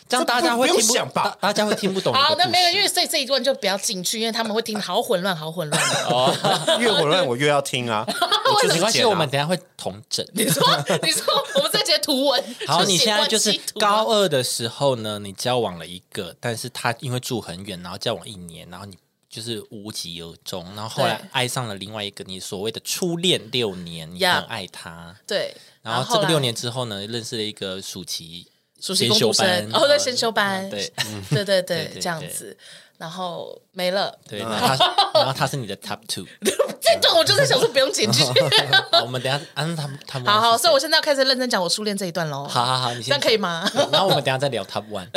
Speaker 2: 这样大家
Speaker 1: 不
Speaker 2: 会
Speaker 1: 用
Speaker 2: 听不
Speaker 1: 想吧
Speaker 2: 大大家会听不懂你的故事。
Speaker 3: 好，那没有，因为所以这一段就不要进去，因为他们会听得好混乱，好混乱。 *laughs*
Speaker 1: 越混乱我越要听啊，我就是
Speaker 2: 没关系，
Speaker 1: 剪啊
Speaker 2: 我们等一下会同整。
Speaker 3: 你说，你说，我们这节图文，
Speaker 2: 好，
Speaker 3: 就是
Speaker 2: 你现在就是
Speaker 3: 关系图文
Speaker 2: 高二的时候呢，你交往了一个，但是他因为住很远，然后交往一年，然后你就是无疾而终，然后后来
Speaker 3: 对
Speaker 2: 爱上了另外一个你所谓的初恋六年，你
Speaker 3: Yeah
Speaker 2: 很爱他，
Speaker 3: 对，
Speaker 2: 然后这个
Speaker 3: 来
Speaker 2: 六年之后呢，认识了一个暑期
Speaker 3: 暑期
Speaker 2: 先
Speaker 3: 工
Speaker 2: 修
Speaker 3: 读生
Speaker 2: 班，，啊嗯
Speaker 3: 哦，对，先修班，
Speaker 2: 对
Speaker 3: *laughs* 对对
Speaker 2: *laughs* 对
Speaker 3: 对
Speaker 2: 对，
Speaker 3: 这样
Speaker 2: 对
Speaker 3: 子，然后没了。
Speaker 2: 对，然后他然后他是你的 top two，
Speaker 3: 这段我就在想说不用剪
Speaker 2: *laughs*
Speaker 3: 辑。
Speaker 2: 好我们等一下按他他们
Speaker 3: 好好，所以我现在要开始认真讲我初恋这一段喽。
Speaker 2: 好好好，你
Speaker 3: 这样
Speaker 2: 先
Speaker 3: 可以吗？
Speaker 2: 然后我们等一下再聊 top
Speaker 1: *laughs*
Speaker 2: one，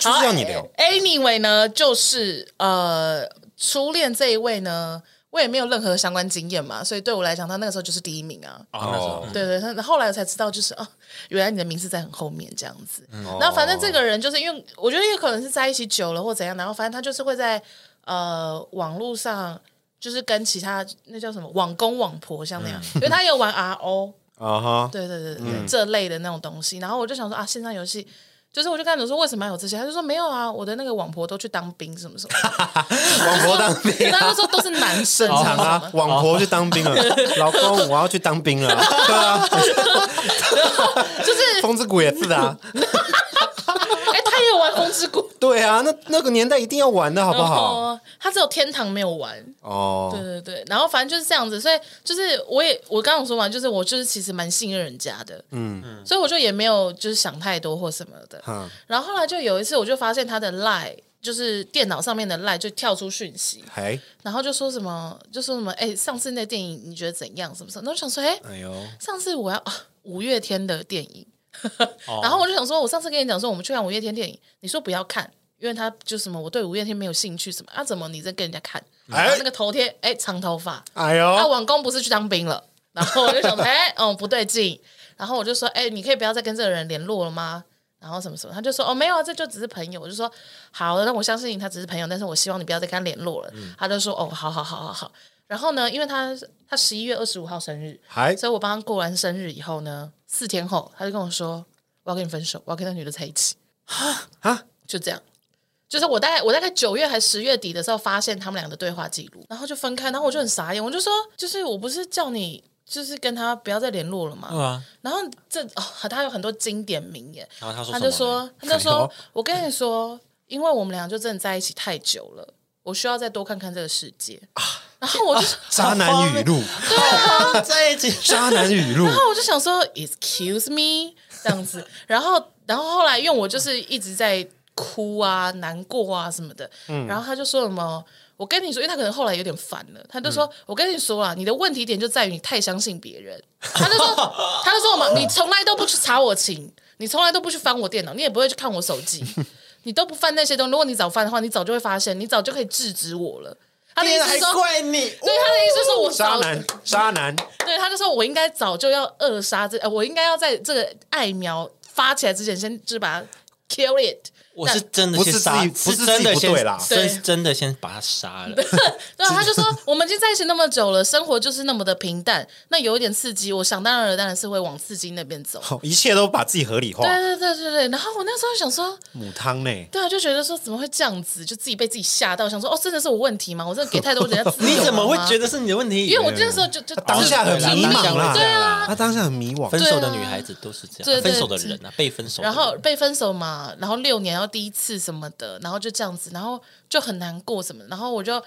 Speaker 1: 就是要你聊，
Speaker 3: *laughs* Anyway 呢，就是呃，初恋这一位呢，我也没有任何相关经验嘛，所以对我来讲，他那个时候就是第一名啊。
Speaker 2: 哦，
Speaker 3: 对对，他后来我才知道，就是哦，原来你的名字在很后面这样子。
Speaker 1: 嗯
Speaker 3: 然后反
Speaker 1: 哦
Speaker 3: 正这个人就是因为我觉得也可能是在一起久了或怎样，然后反正他就是会在呃网络上，就是跟其他那叫什么网公网婆像那样，
Speaker 1: 嗯
Speaker 3: 因为他有玩 RO，
Speaker 1: 啊哈，
Speaker 3: 对对对对，
Speaker 1: 嗯
Speaker 3: 对，这类的那种东西。然后我就想说啊，线上游戏。就是我就跟他说为什么要有这些，他就说没有啊，我的那个网婆都去当兵什么什么的，
Speaker 1: *laughs* 王婆当兵啊
Speaker 3: 然 *laughs* 后他就说都是男生，
Speaker 1: 正常啊，王婆去当兵了，老公我要去当兵了，对啊，哦
Speaker 3: 就是
Speaker 1: 风之谷也是的啊，
Speaker 3: 哎、他也有玩风之谷，
Speaker 1: 对啊，那那个年代一定要玩的好不好？
Speaker 3: 哦，他只有天堂没有玩，对
Speaker 1: 哦，
Speaker 3: 对对，然后反正就是这样子，所以就是我也我刚刚有说嘛，就是我就是其实蛮信任人家的，嗯，所以我就也没有就是想太多或什么的。
Speaker 1: 嗯，
Speaker 3: 然后后来就有一次，我就发现他的 line 就是电脑上面的 line 就跳出讯息，
Speaker 1: 还
Speaker 3: 然后就说什么就说什么，哎、上次那电影你觉得怎样？什么什么？然后我想说，哎、
Speaker 1: 哎呦，
Speaker 3: 上次我要、 *laughs* 啊、五月天的电影， *laughs* 然后我就想说，我上次跟你讲说我们去看五月天电影，你说不要看，因为他就什么我对五月天没有兴趣什么啊，怎么你在跟人家看？然后那个头贴，哎，长头发，
Speaker 1: 哎
Speaker 3: 啊，
Speaker 1: 呦，
Speaker 3: 网工不是去当兵了？然后我就想说，哎，嗯，不对劲。然后我就说，哎，你可以不要再跟这个人联络了吗？然后什么什么，他就说，哦，没有啊，这就只是朋友。我就说，好，那我相信你他只是朋友，但是我希望你不要再跟他联络了。他就说，哦，好好好好好。然后呢，因为他他十一月二十五号生日，
Speaker 2: 哎
Speaker 1: 还
Speaker 3: 所以我帮他过完生日以后呢，四天后他就跟我说，我要跟你分手，我要跟那女的在一起。
Speaker 1: 啊，
Speaker 3: 就这样。就是我大概我大概九月还十月底的时候发现他们俩的对话记录，然后就分开，然后我就很傻眼，我就说，就是我不是叫你就是跟他不要再联络了嘛，
Speaker 2: 对啊，
Speaker 3: 然后这哦他有很多经典名言，
Speaker 2: 然后他说
Speaker 3: 他
Speaker 2: 什
Speaker 3: 就
Speaker 2: 么
Speaker 3: 说他就
Speaker 1: 哎
Speaker 3: 说
Speaker 1: 呦，
Speaker 3: 我跟你说，因为我们俩就真的在一起太久了，我需要再多看看这个世界
Speaker 2: 啊
Speaker 3: 然后我就、
Speaker 1: 渣男语录，
Speaker 2: 呢在啊一起，
Speaker 1: 渣男语录，
Speaker 3: 然后我就想说，excuse me 这样子，然后然后后来因为我就是一直在哭啊、难过啊什么的，然后他就说什么。我跟你说，因为他可能后来有点烦了，他就说：“我跟你说啊，你的问题点就在于你太相信别人。”他就说：“他就说嘛，你从来都不去查我情，你从来都不去翻我电脑，你也不会去看我手机，你都不翻那些东西。如果你早翻的话，你早就会发现，你早就可以制止我了。”他的意思是说，
Speaker 1: 哎
Speaker 2: 怪你，
Speaker 3: 对他的意思是说我
Speaker 1: 渣
Speaker 3: 早
Speaker 1: 男，渣男，
Speaker 3: 对，他就说我应该早就要扼杀这，呃我应该要在这个艾苗发起来之前，先就是把它 kill it。
Speaker 2: 我是真的
Speaker 1: 不
Speaker 2: 先
Speaker 1: 是
Speaker 2: 杀，
Speaker 1: 自己不是
Speaker 2: 真的
Speaker 1: 自己不对啦
Speaker 2: 先，
Speaker 3: 对
Speaker 2: 真真的先把他杀了。
Speaker 3: 对啊，他就说我们已经在一起那么久了，生活就是那么的平淡，那有一点刺激，我想当然了，当然是会往刺激那边走。
Speaker 1: 好一切都把自己合理化
Speaker 3: 对，啊对对对对，然后我那时候想说，
Speaker 1: 母汤呢？
Speaker 3: 对啊，就觉得说怎么会这样子，就自己被自己吓到，想说哦，真的是我问题吗？我真的给太多人家自由
Speaker 2: 你怎么会觉
Speaker 3: 得？
Speaker 2: 得是你的问题？
Speaker 3: 因为我那时候就就
Speaker 1: 当下很迷茫啦
Speaker 3: 对啊
Speaker 1: 他当下很迷惘，
Speaker 2: 分手的女孩子都是这
Speaker 3: 对
Speaker 2: 样，
Speaker 3: 对
Speaker 2: 分手的人啊，被分手的
Speaker 3: 然
Speaker 2: 人，
Speaker 3: 后被分手嘛，然后六年要第一次什么的，然后就这样子，然后就很难过什么的，然后我就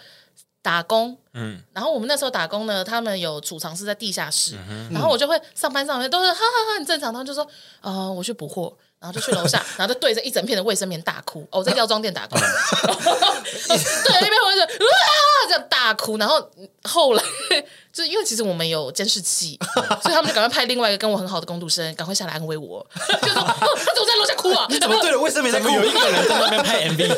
Speaker 3: 打工，
Speaker 2: 嗯，
Speaker 3: 然后我们那时候打工呢，他们有储藏室在地下室，
Speaker 2: 嗯
Speaker 3: 然后我就会上班上班都是哈哈哈很正常，他们就说呃我去补货，然后就去
Speaker 2: *laughs*
Speaker 3: 楼下，然后就对着一整片的卫生棉大哭，哦我在药妆店打工，然后 *laughs* 对那边我就啊这样大哭，然后后来就是因为其实我们有监视器，所以他们就赶快派另外一个跟我很好的工读生赶快下来安慰我，就说、哦、他怎么在楼下哭啊？
Speaker 1: 怎么对了？为什么在哭？有一个人
Speaker 2: 在那边
Speaker 3: *laughs*
Speaker 2: 拍 MV，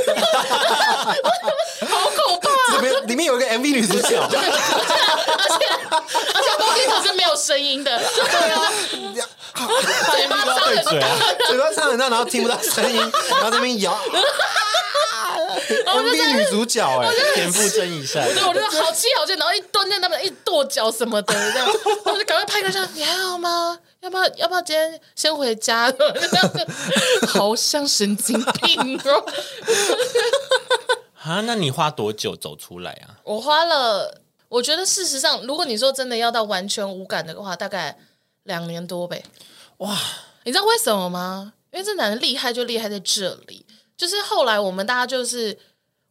Speaker 3: 好恐怖啊！
Speaker 1: 怎么里面有一个 MV 女主
Speaker 3: *laughs*
Speaker 1: 角？
Speaker 3: 而且工地场是没有声音的，啊嘴巴张得
Speaker 2: 嘴啊，
Speaker 1: 嘴巴唱很大，然后听不到声音，然后在那边
Speaker 3: *laughs*
Speaker 1: 摇。MV 女主角哎、
Speaker 2: 田馥甄一下，
Speaker 3: 对，我就说好气好气，然后一蹲在那边一跺脚什么的，这样，然后我就赶快拍个照，你还好吗？要不要要不要今天先回家？ *laughs* 就这样子，好像神经病哦！
Speaker 2: 啊，那你花多久走出来啊？
Speaker 3: 我花了，我觉得事实上，如果你说真的要到完全无感的话，大概两年多呗。
Speaker 2: 哇，
Speaker 3: 你知道为什么吗？因为这男的厉害就厉害在这里，就是后来我们大家就是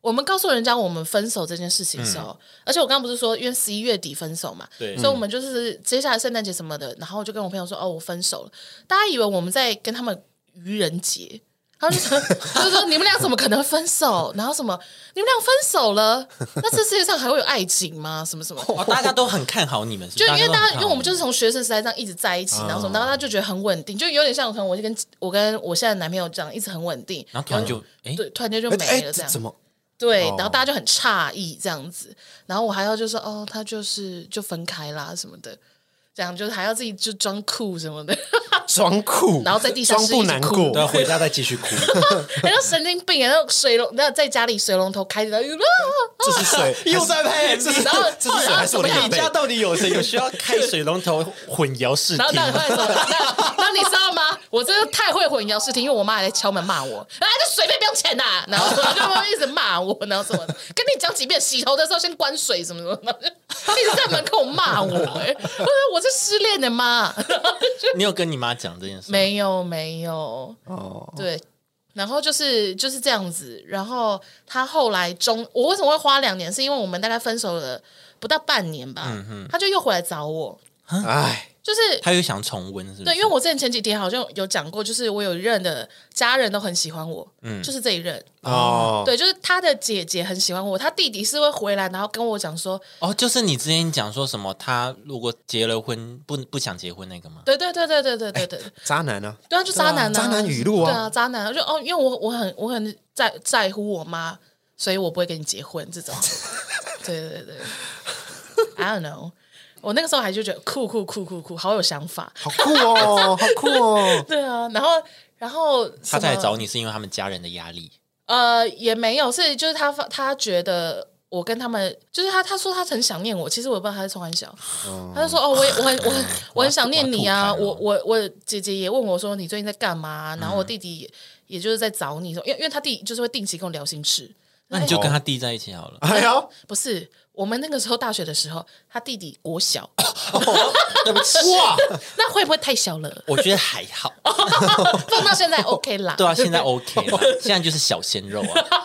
Speaker 3: 我们告诉人家我们分手这件事情的时候，而且我刚刚不是说因为十一月底分手嘛，
Speaker 2: 嗯对
Speaker 3: 所以我们就是接下来圣诞节什么的，然后我就跟我朋友说哦我分手了，大家以为我们在跟他们愚人节。他们就说， *laughs* 他就说你们俩怎么可能分手？然后什么，你们俩分手了？那这世界上还会有爱情吗？什么什么？
Speaker 2: 哦，大家都很看好你们，
Speaker 3: 就因为
Speaker 2: 都
Speaker 3: 大
Speaker 2: 很啊
Speaker 3: 家，
Speaker 2: 看好
Speaker 3: 因为我们就是从学生时代这样一直在一起，然后什么，然后他就觉得很稳定，就有点像可能我就跟我跟我现在的男朋友这样一直很稳定，
Speaker 2: 然后突然就哎，
Speaker 3: 对，突然间就
Speaker 1: 哎
Speaker 3: 没
Speaker 1: 哎
Speaker 3: 了这样，
Speaker 1: 怎么？
Speaker 3: 对
Speaker 1: 哦，
Speaker 3: 然后大家就很诧异这样子，然后我还要就说哦，他就是就分开啦什么的，这样就是还要自己就装酷什么的， *laughs*
Speaker 1: 装酷，
Speaker 3: 然后在地下
Speaker 1: 装
Speaker 3: 室
Speaker 1: 不
Speaker 3: 一直
Speaker 1: 难
Speaker 3: 哭
Speaker 1: 过
Speaker 2: 都，啊要回家再继续 *laughs* 哭，
Speaker 3: 然后神经病，然后水龙，然后在家里水龙头开着，然后就啊
Speaker 1: 这是
Speaker 3: *laughs*
Speaker 1: 谁？
Speaker 2: 又在拍 MV
Speaker 1: 这是
Speaker 3: 然后
Speaker 1: 这是谁？还是我的
Speaker 3: 然后
Speaker 1: 眼
Speaker 2: 你
Speaker 1: 泪
Speaker 2: 家？到底有谁有需要开水龙头混淆视
Speaker 3: *laughs* 然后
Speaker 2: 听吗？
Speaker 3: 那快说，那那你知道吗？我真的太会混淆视听，因为我妈还在敲门骂我，哎，这水费不用钱呐、然后就一直骂我，然后什么的，跟你讲几遍，洗头的时候先关水什么什么，然后就一直在门口骂我、哎，我说我是失恋的妈，
Speaker 2: 你有跟你妈讲这件事吗？
Speaker 3: 没有没有，
Speaker 1: 哦，
Speaker 3: 对。然后就是就是这样子，然后他后来中，我为什么会花两年？是因为我们大概分手了不到半年吧，
Speaker 1: 嗯
Speaker 3: 他就又回来找我，
Speaker 1: 哎，
Speaker 3: 就是
Speaker 2: 她又想重温，是不是？
Speaker 3: 对，因为我之前前几天好像有讲过，就是我有一任的家人都很喜欢我，就是这一任，
Speaker 1: 嗯哦，
Speaker 3: 对，就是他的姐姐很喜欢我，他弟弟是会回来，然后跟我讲说，
Speaker 2: 哦，就是你之前讲说什么，她如果结了婚不不想结婚那个吗？
Speaker 3: 对对对对对对对对，
Speaker 1: 渣男啊，
Speaker 3: 对啊，就渣男、啊，
Speaker 1: 对啊渣男语录啊
Speaker 3: 对啊，渣男，就哦，因为我我很我很在在乎我妈，所以我不会跟你结婚
Speaker 1: *laughs*
Speaker 3: 这种，对对对对，I don't know，我那个时候还就觉得酷酷酷酷酷，好有想法，
Speaker 1: 好酷哦，好酷哦，
Speaker 3: 对啊，然后然后
Speaker 2: 她
Speaker 3: 他
Speaker 2: 才来找你是因为他们家人的压力，
Speaker 3: 呃，也没有，是就是他发他觉得我跟他们，就是他他说他很想念我，其实我也不知道他是从很小，他就说哦，我也我很我很
Speaker 2: *laughs*
Speaker 3: 我很想念你啊，
Speaker 2: 我要吐
Speaker 3: 我
Speaker 2: 我要吐
Speaker 3: 我我姐姐也问我说你最近在干嘛，啊然
Speaker 2: 嗯
Speaker 3: 后我弟弟也,、也就是在找你说，因为因为他弟就是会定期跟我聊心事，
Speaker 2: 那你就跟她弟在一起好了。
Speaker 1: 哎呦，
Speaker 3: 不是我们那个时候大学的时候，他弟弟国小， *coughs*
Speaker 2: 对不起，哇，
Speaker 3: 那会不会太小了？
Speaker 2: 我觉得还好，
Speaker 3: 放到现在 OK 啦，
Speaker 2: 对啊，
Speaker 3: *laughs*
Speaker 2: 现在 OK 了，现在就是小鲜肉啊，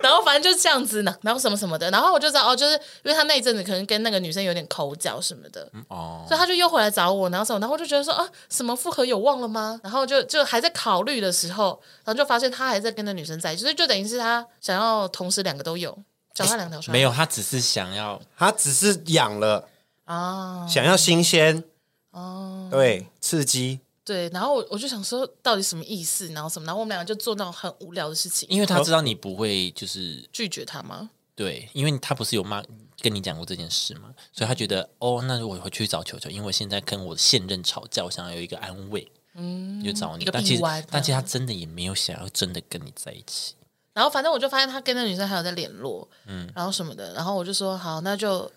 Speaker 3: 然后反正就是这样子，然然后什么什么的，然后我就知道哦，就是因为他那一阵子可能跟那个女生有点口角什么的，
Speaker 2: 哦，
Speaker 3: 所以他就又回来找我，然后什么，然后我就觉得说啊，什么复合有望了吗？然后就就还在考虑的时候，然后就发现他还在跟那女生在一起，所以就等于是他想要同时两个都有，脚踏两条船。
Speaker 2: 没
Speaker 3: 有
Speaker 2: 有，她只是想要
Speaker 1: 他只是痒了，
Speaker 3: 啊，
Speaker 1: 想要新鲜，
Speaker 3: 哦，
Speaker 1: 对，刺激，
Speaker 3: 对。然后我我就想说，到底什么意思？然后什么？然后我们两个就做那种很无聊的事情，
Speaker 2: 因为他知道你不会就是
Speaker 3: 拒绝他吗？
Speaker 2: 对，因为他不是有骂跟你讲过这件事嘛，所以他觉得哦，那我回去找球球，因为我现在跟我的现任吵架，我想要有一个安慰，嗯，就找你
Speaker 3: 一个。
Speaker 2: 但其实
Speaker 3: 臂弯，
Speaker 2: 但其实他真的也没有想要真的跟你在一起，
Speaker 3: 然后反正我就发现他跟那女生还有在联络，嗯，然后什么的，然后我就说好，那就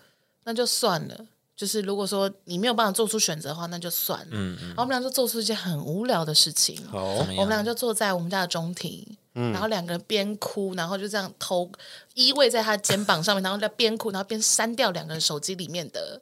Speaker 3: 那就算了。就是如果说你没有办法做出选择的话，那就算了。嗯哎然后我们俩就做出一件很无聊的事情，
Speaker 1: 哦
Speaker 2: 怎，么
Speaker 3: 我们俩
Speaker 2: 样？
Speaker 3: 就坐在我们家的中庭，然后两个人边哭，然后就这样头依偎在他肩膀上面，然后在边哭，然后边删掉两个人手机里面的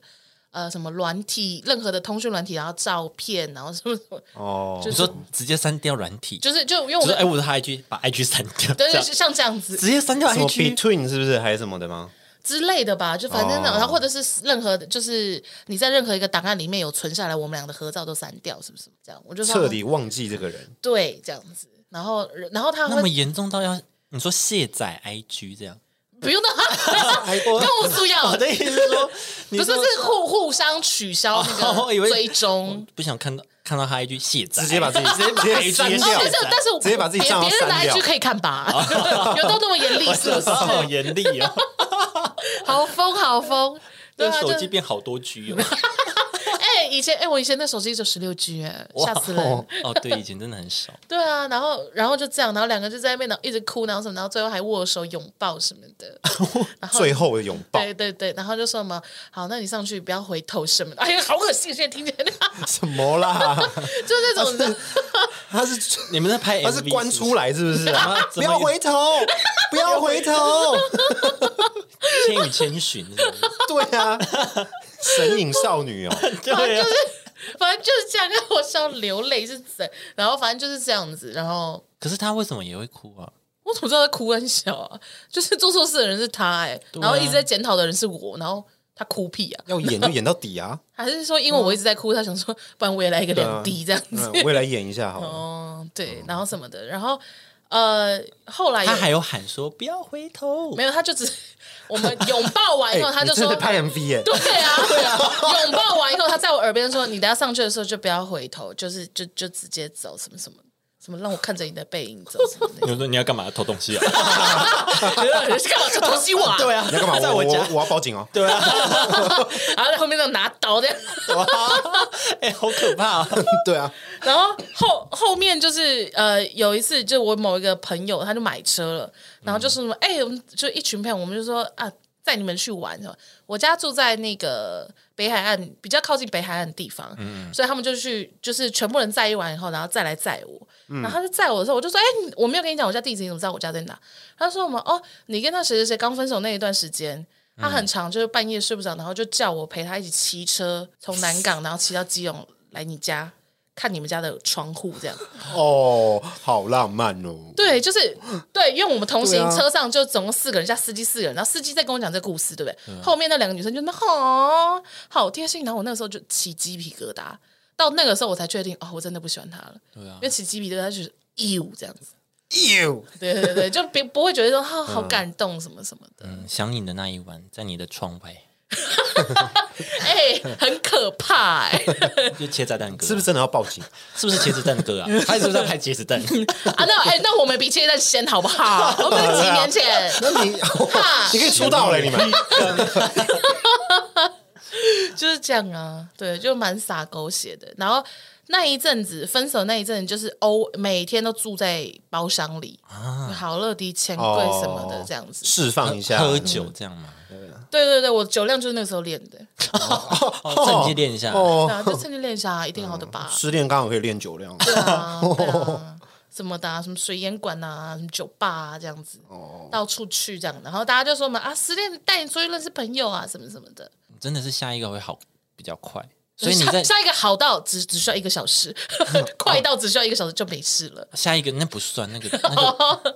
Speaker 3: 呃什么软体，任何的通讯软体，然后照片，然后什么什么，
Speaker 1: 哦，
Speaker 2: 你说直接删掉软体，就
Speaker 3: 就是就因为我
Speaker 2: 说
Speaker 3: 们
Speaker 2: 哎，我的 IG 把 IG 删掉，
Speaker 3: 对
Speaker 2: 这
Speaker 3: 对
Speaker 2: 样
Speaker 3: 是像这样子，
Speaker 2: 直接删掉
Speaker 1: 什么
Speaker 2: IG，
Speaker 1: between 是不是还是什么的吗？
Speaker 3: 之类的吧，就反正那种，
Speaker 1: 哦
Speaker 3: 然后或者是任何的，就是你在任何一个档案里面有存下来我们俩的合照都删掉，是不是？这样我就说
Speaker 1: 彻底忘记这个人，
Speaker 3: 对这样子，然后然后他
Speaker 2: 那么
Speaker 3: 会
Speaker 2: 严重到要你说卸载 IG 这样？
Speaker 3: *laughs* 不用到跟我苏要
Speaker 2: *laughs*
Speaker 1: 哦
Speaker 2: 我。的意思是 *laughs* 说，你
Speaker 3: 不是，
Speaker 2: 说
Speaker 3: 是互互相取消
Speaker 1: *laughs*
Speaker 3: 那
Speaker 2: 哦我以
Speaker 3: 个
Speaker 2: 为
Speaker 3: 追踪，
Speaker 2: 不想看到看到他 IG 卸载，
Speaker 1: 直接把自己直接把自
Speaker 2: *laughs* 把
Speaker 1: 己
Speaker 2: 删
Speaker 1: 删
Speaker 3: 哦，
Speaker 1: 掉
Speaker 3: 但是但是我
Speaker 1: 直接把自己
Speaker 3: 别
Speaker 1: 账号
Speaker 3: 别人的
Speaker 1: 删掉
Speaker 3: IG 可以看吧， *laughs* 有到那么严厉是不是？
Speaker 2: 好严厉哦， *laughs*
Speaker 3: 好疯好疯，对
Speaker 2: 这
Speaker 3: 啊，
Speaker 2: 手
Speaker 3: 就
Speaker 2: 机变好多 *laughs* G 哦。
Speaker 3: 哎、以前哎、我以前那手机只有十六 G 哎，吓死人
Speaker 2: 哦。哦，对，以前真的很少。
Speaker 3: 对啊，然后然后就这样，然后两个就在那边然后一直哭，然后什么，然后最后还握手拥抱什么的。
Speaker 1: 最后的拥抱，
Speaker 3: 对对对，然后就说什么好，那你上去不要回头什么的。哎呀，好恶心！现在听见 *laughs* 就是
Speaker 1: 什么啦？ *laughs*
Speaker 3: 那种的，
Speaker 1: 他是
Speaker 2: 你们在拍 MV，
Speaker 1: 他是关出
Speaker 2: 来，
Speaker 1: 来是不是啊？
Speaker 2: 怎么
Speaker 1: 不要回头，不要回头，
Speaker 2: 千与千寻是不是，
Speaker 1: 对啊，神隐少女哦，
Speaker 2: *laughs* *laughs* 对啊，
Speaker 3: 反正就是这样，让我笑流泪是怎？然后反正就是这样子，然后。
Speaker 2: 可是他为什么也会哭啊？
Speaker 3: 我怎么知道他哭很小啊？就是做错事的人是他哎、
Speaker 2: 对啊
Speaker 3: 然后一直在检讨的人是我，然后他哭屁啊！
Speaker 1: 要演就演到底啊！
Speaker 3: 还是说因为
Speaker 2: 嗯
Speaker 3: 我一直在哭，他想说，不然我也来一个
Speaker 2: 啊
Speaker 3: 两
Speaker 1: *laughs*
Speaker 3: 滴这样子。
Speaker 1: 嗯，我也来演一下好了。
Speaker 3: 哦，对，然后什么的，然后呃，后来
Speaker 2: 他
Speaker 3: 有
Speaker 2: 还有喊说不要回头
Speaker 3: 没，有，他就只我们拥抱完以后，
Speaker 1: 哎
Speaker 3: 他就
Speaker 1: 你真
Speaker 3: 说
Speaker 1: 的。拍 MV 耶，
Speaker 3: 对啊，对啊，拥抱完以后，他在我耳边说：“你等下上去的时候就不要回头，就是就就直接走，什么什么什么，让我看着你的背影走什么
Speaker 2: *laughs*
Speaker 3: 的。
Speaker 2: 你说你要干嘛偷东西啊？
Speaker 3: 你是干嘛？这偷袭我、啊？
Speaker 2: *laughs* 对啊，
Speaker 1: 你要
Speaker 3: *laughs*
Speaker 1: 干嘛？
Speaker 2: 在
Speaker 1: 我
Speaker 2: 我
Speaker 1: 我
Speaker 2: 家，
Speaker 1: 我要报警哦！
Speaker 2: 对啊， *laughs*
Speaker 3: 然后在后面那种拿刀的。
Speaker 2: 哎，好可怕啊！
Speaker 1: 对啊，
Speaker 3: 然后后后面就是呃，有一次就我某一个朋友他就买车了，然后就说什么哎、我们就一群朋友，我们就说啊，带你们去玩什么。我家住在那个北海岸，比较靠近北海岸的地方，所以他们就去，就是全部人载一完以后，然后再来载我。然后他就载我的时候，我就说：“哎、你我没有跟你讲我家地址，你怎么知道我家在哪？”他说：“我们哦，你跟他谁谁谁刚分手那一段时间，他很长，就是半夜睡不着，然后就叫我陪他一起骑车从南港，然后骑到基隆来你家看你们家的窗户这样。” *laughs*
Speaker 1: 哦，好浪漫哦！
Speaker 3: 对，就是对，因为我们同行
Speaker 1: 对啊
Speaker 3: 车上就总共四个人，加司机四个人，然后司机在跟我讲这个故事，对不对？后面那两个女生就那哦，好贴心，然后我那个时候就起鸡皮疙瘩，到那个时候我才确定哦，我真的不喜欢他了，
Speaker 2: 对啊
Speaker 3: 因为起鸡皮疙瘩就是 you 这样子，
Speaker 1: 哟，
Speaker 3: 对对对，就别不会觉得说哦、好感动什么什么的，
Speaker 2: 嗯想你的那一晚，在你的窗外，
Speaker 3: 哎、很可怕哎、
Speaker 2: 就切炸弹哥啊，
Speaker 1: 是不是真的要报
Speaker 3: *laughs*
Speaker 1: 警？
Speaker 2: 是不是茄子蛋
Speaker 1: *laughs*
Speaker 2: 哥啊？他是不是在拍茄子蛋？
Speaker 3: 啊，那哎、那我们比现在先好不好？我们几年前。
Speaker 1: 那你 *laughs* 你可以出
Speaker 3: *laughs*
Speaker 1: 道了，你们
Speaker 3: 就是这样啊，对，就蛮洒狗血的。然后那一阵子分手那一阵，就是欧每天都住在包厢里，
Speaker 2: 啊
Speaker 3: 好乐迪、钱柜什么
Speaker 2: 哦
Speaker 3: 的这样子。
Speaker 1: 哦释放一
Speaker 3: *laughs*
Speaker 1: 下，
Speaker 2: 喝酒这样吗？
Speaker 3: 对对对，我酒量就是那个时候练的，
Speaker 2: 哦，嗯趁机练一下。
Speaker 1: 哦
Speaker 3: 对。啊，就趁机练
Speaker 2: *laughs*
Speaker 3: 一下，一定好的吧？
Speaker 1: 失恋刚好可以练酒量，
Speaker 3: 对啊，对啊，什么的、啊，什么水烟馆啊，什么酒吧啊，这样子，
Speaker 2: 哦
Speaker 1: 哦
Speaker 3: 到处去这样。然后大家就说嘛，啊，失恋带你出去认识朋友啊，什么什么的。
Speaker 2: 真的是下一个会好比较
Speaker 1: 哦
Speaker 2: 快，所以你
Speaker 3: 下
Speaker 2: 在哦
Speaker 3: 下一个好到只只需要一个小
Speaker 2: *laughs*
Speaker 3: 时， *laughs* 快到只需要一个小时就没事了。
Speaker 2: 下一个那不算，
Speaker 1: *laughs*
Speaker 2: 那个那个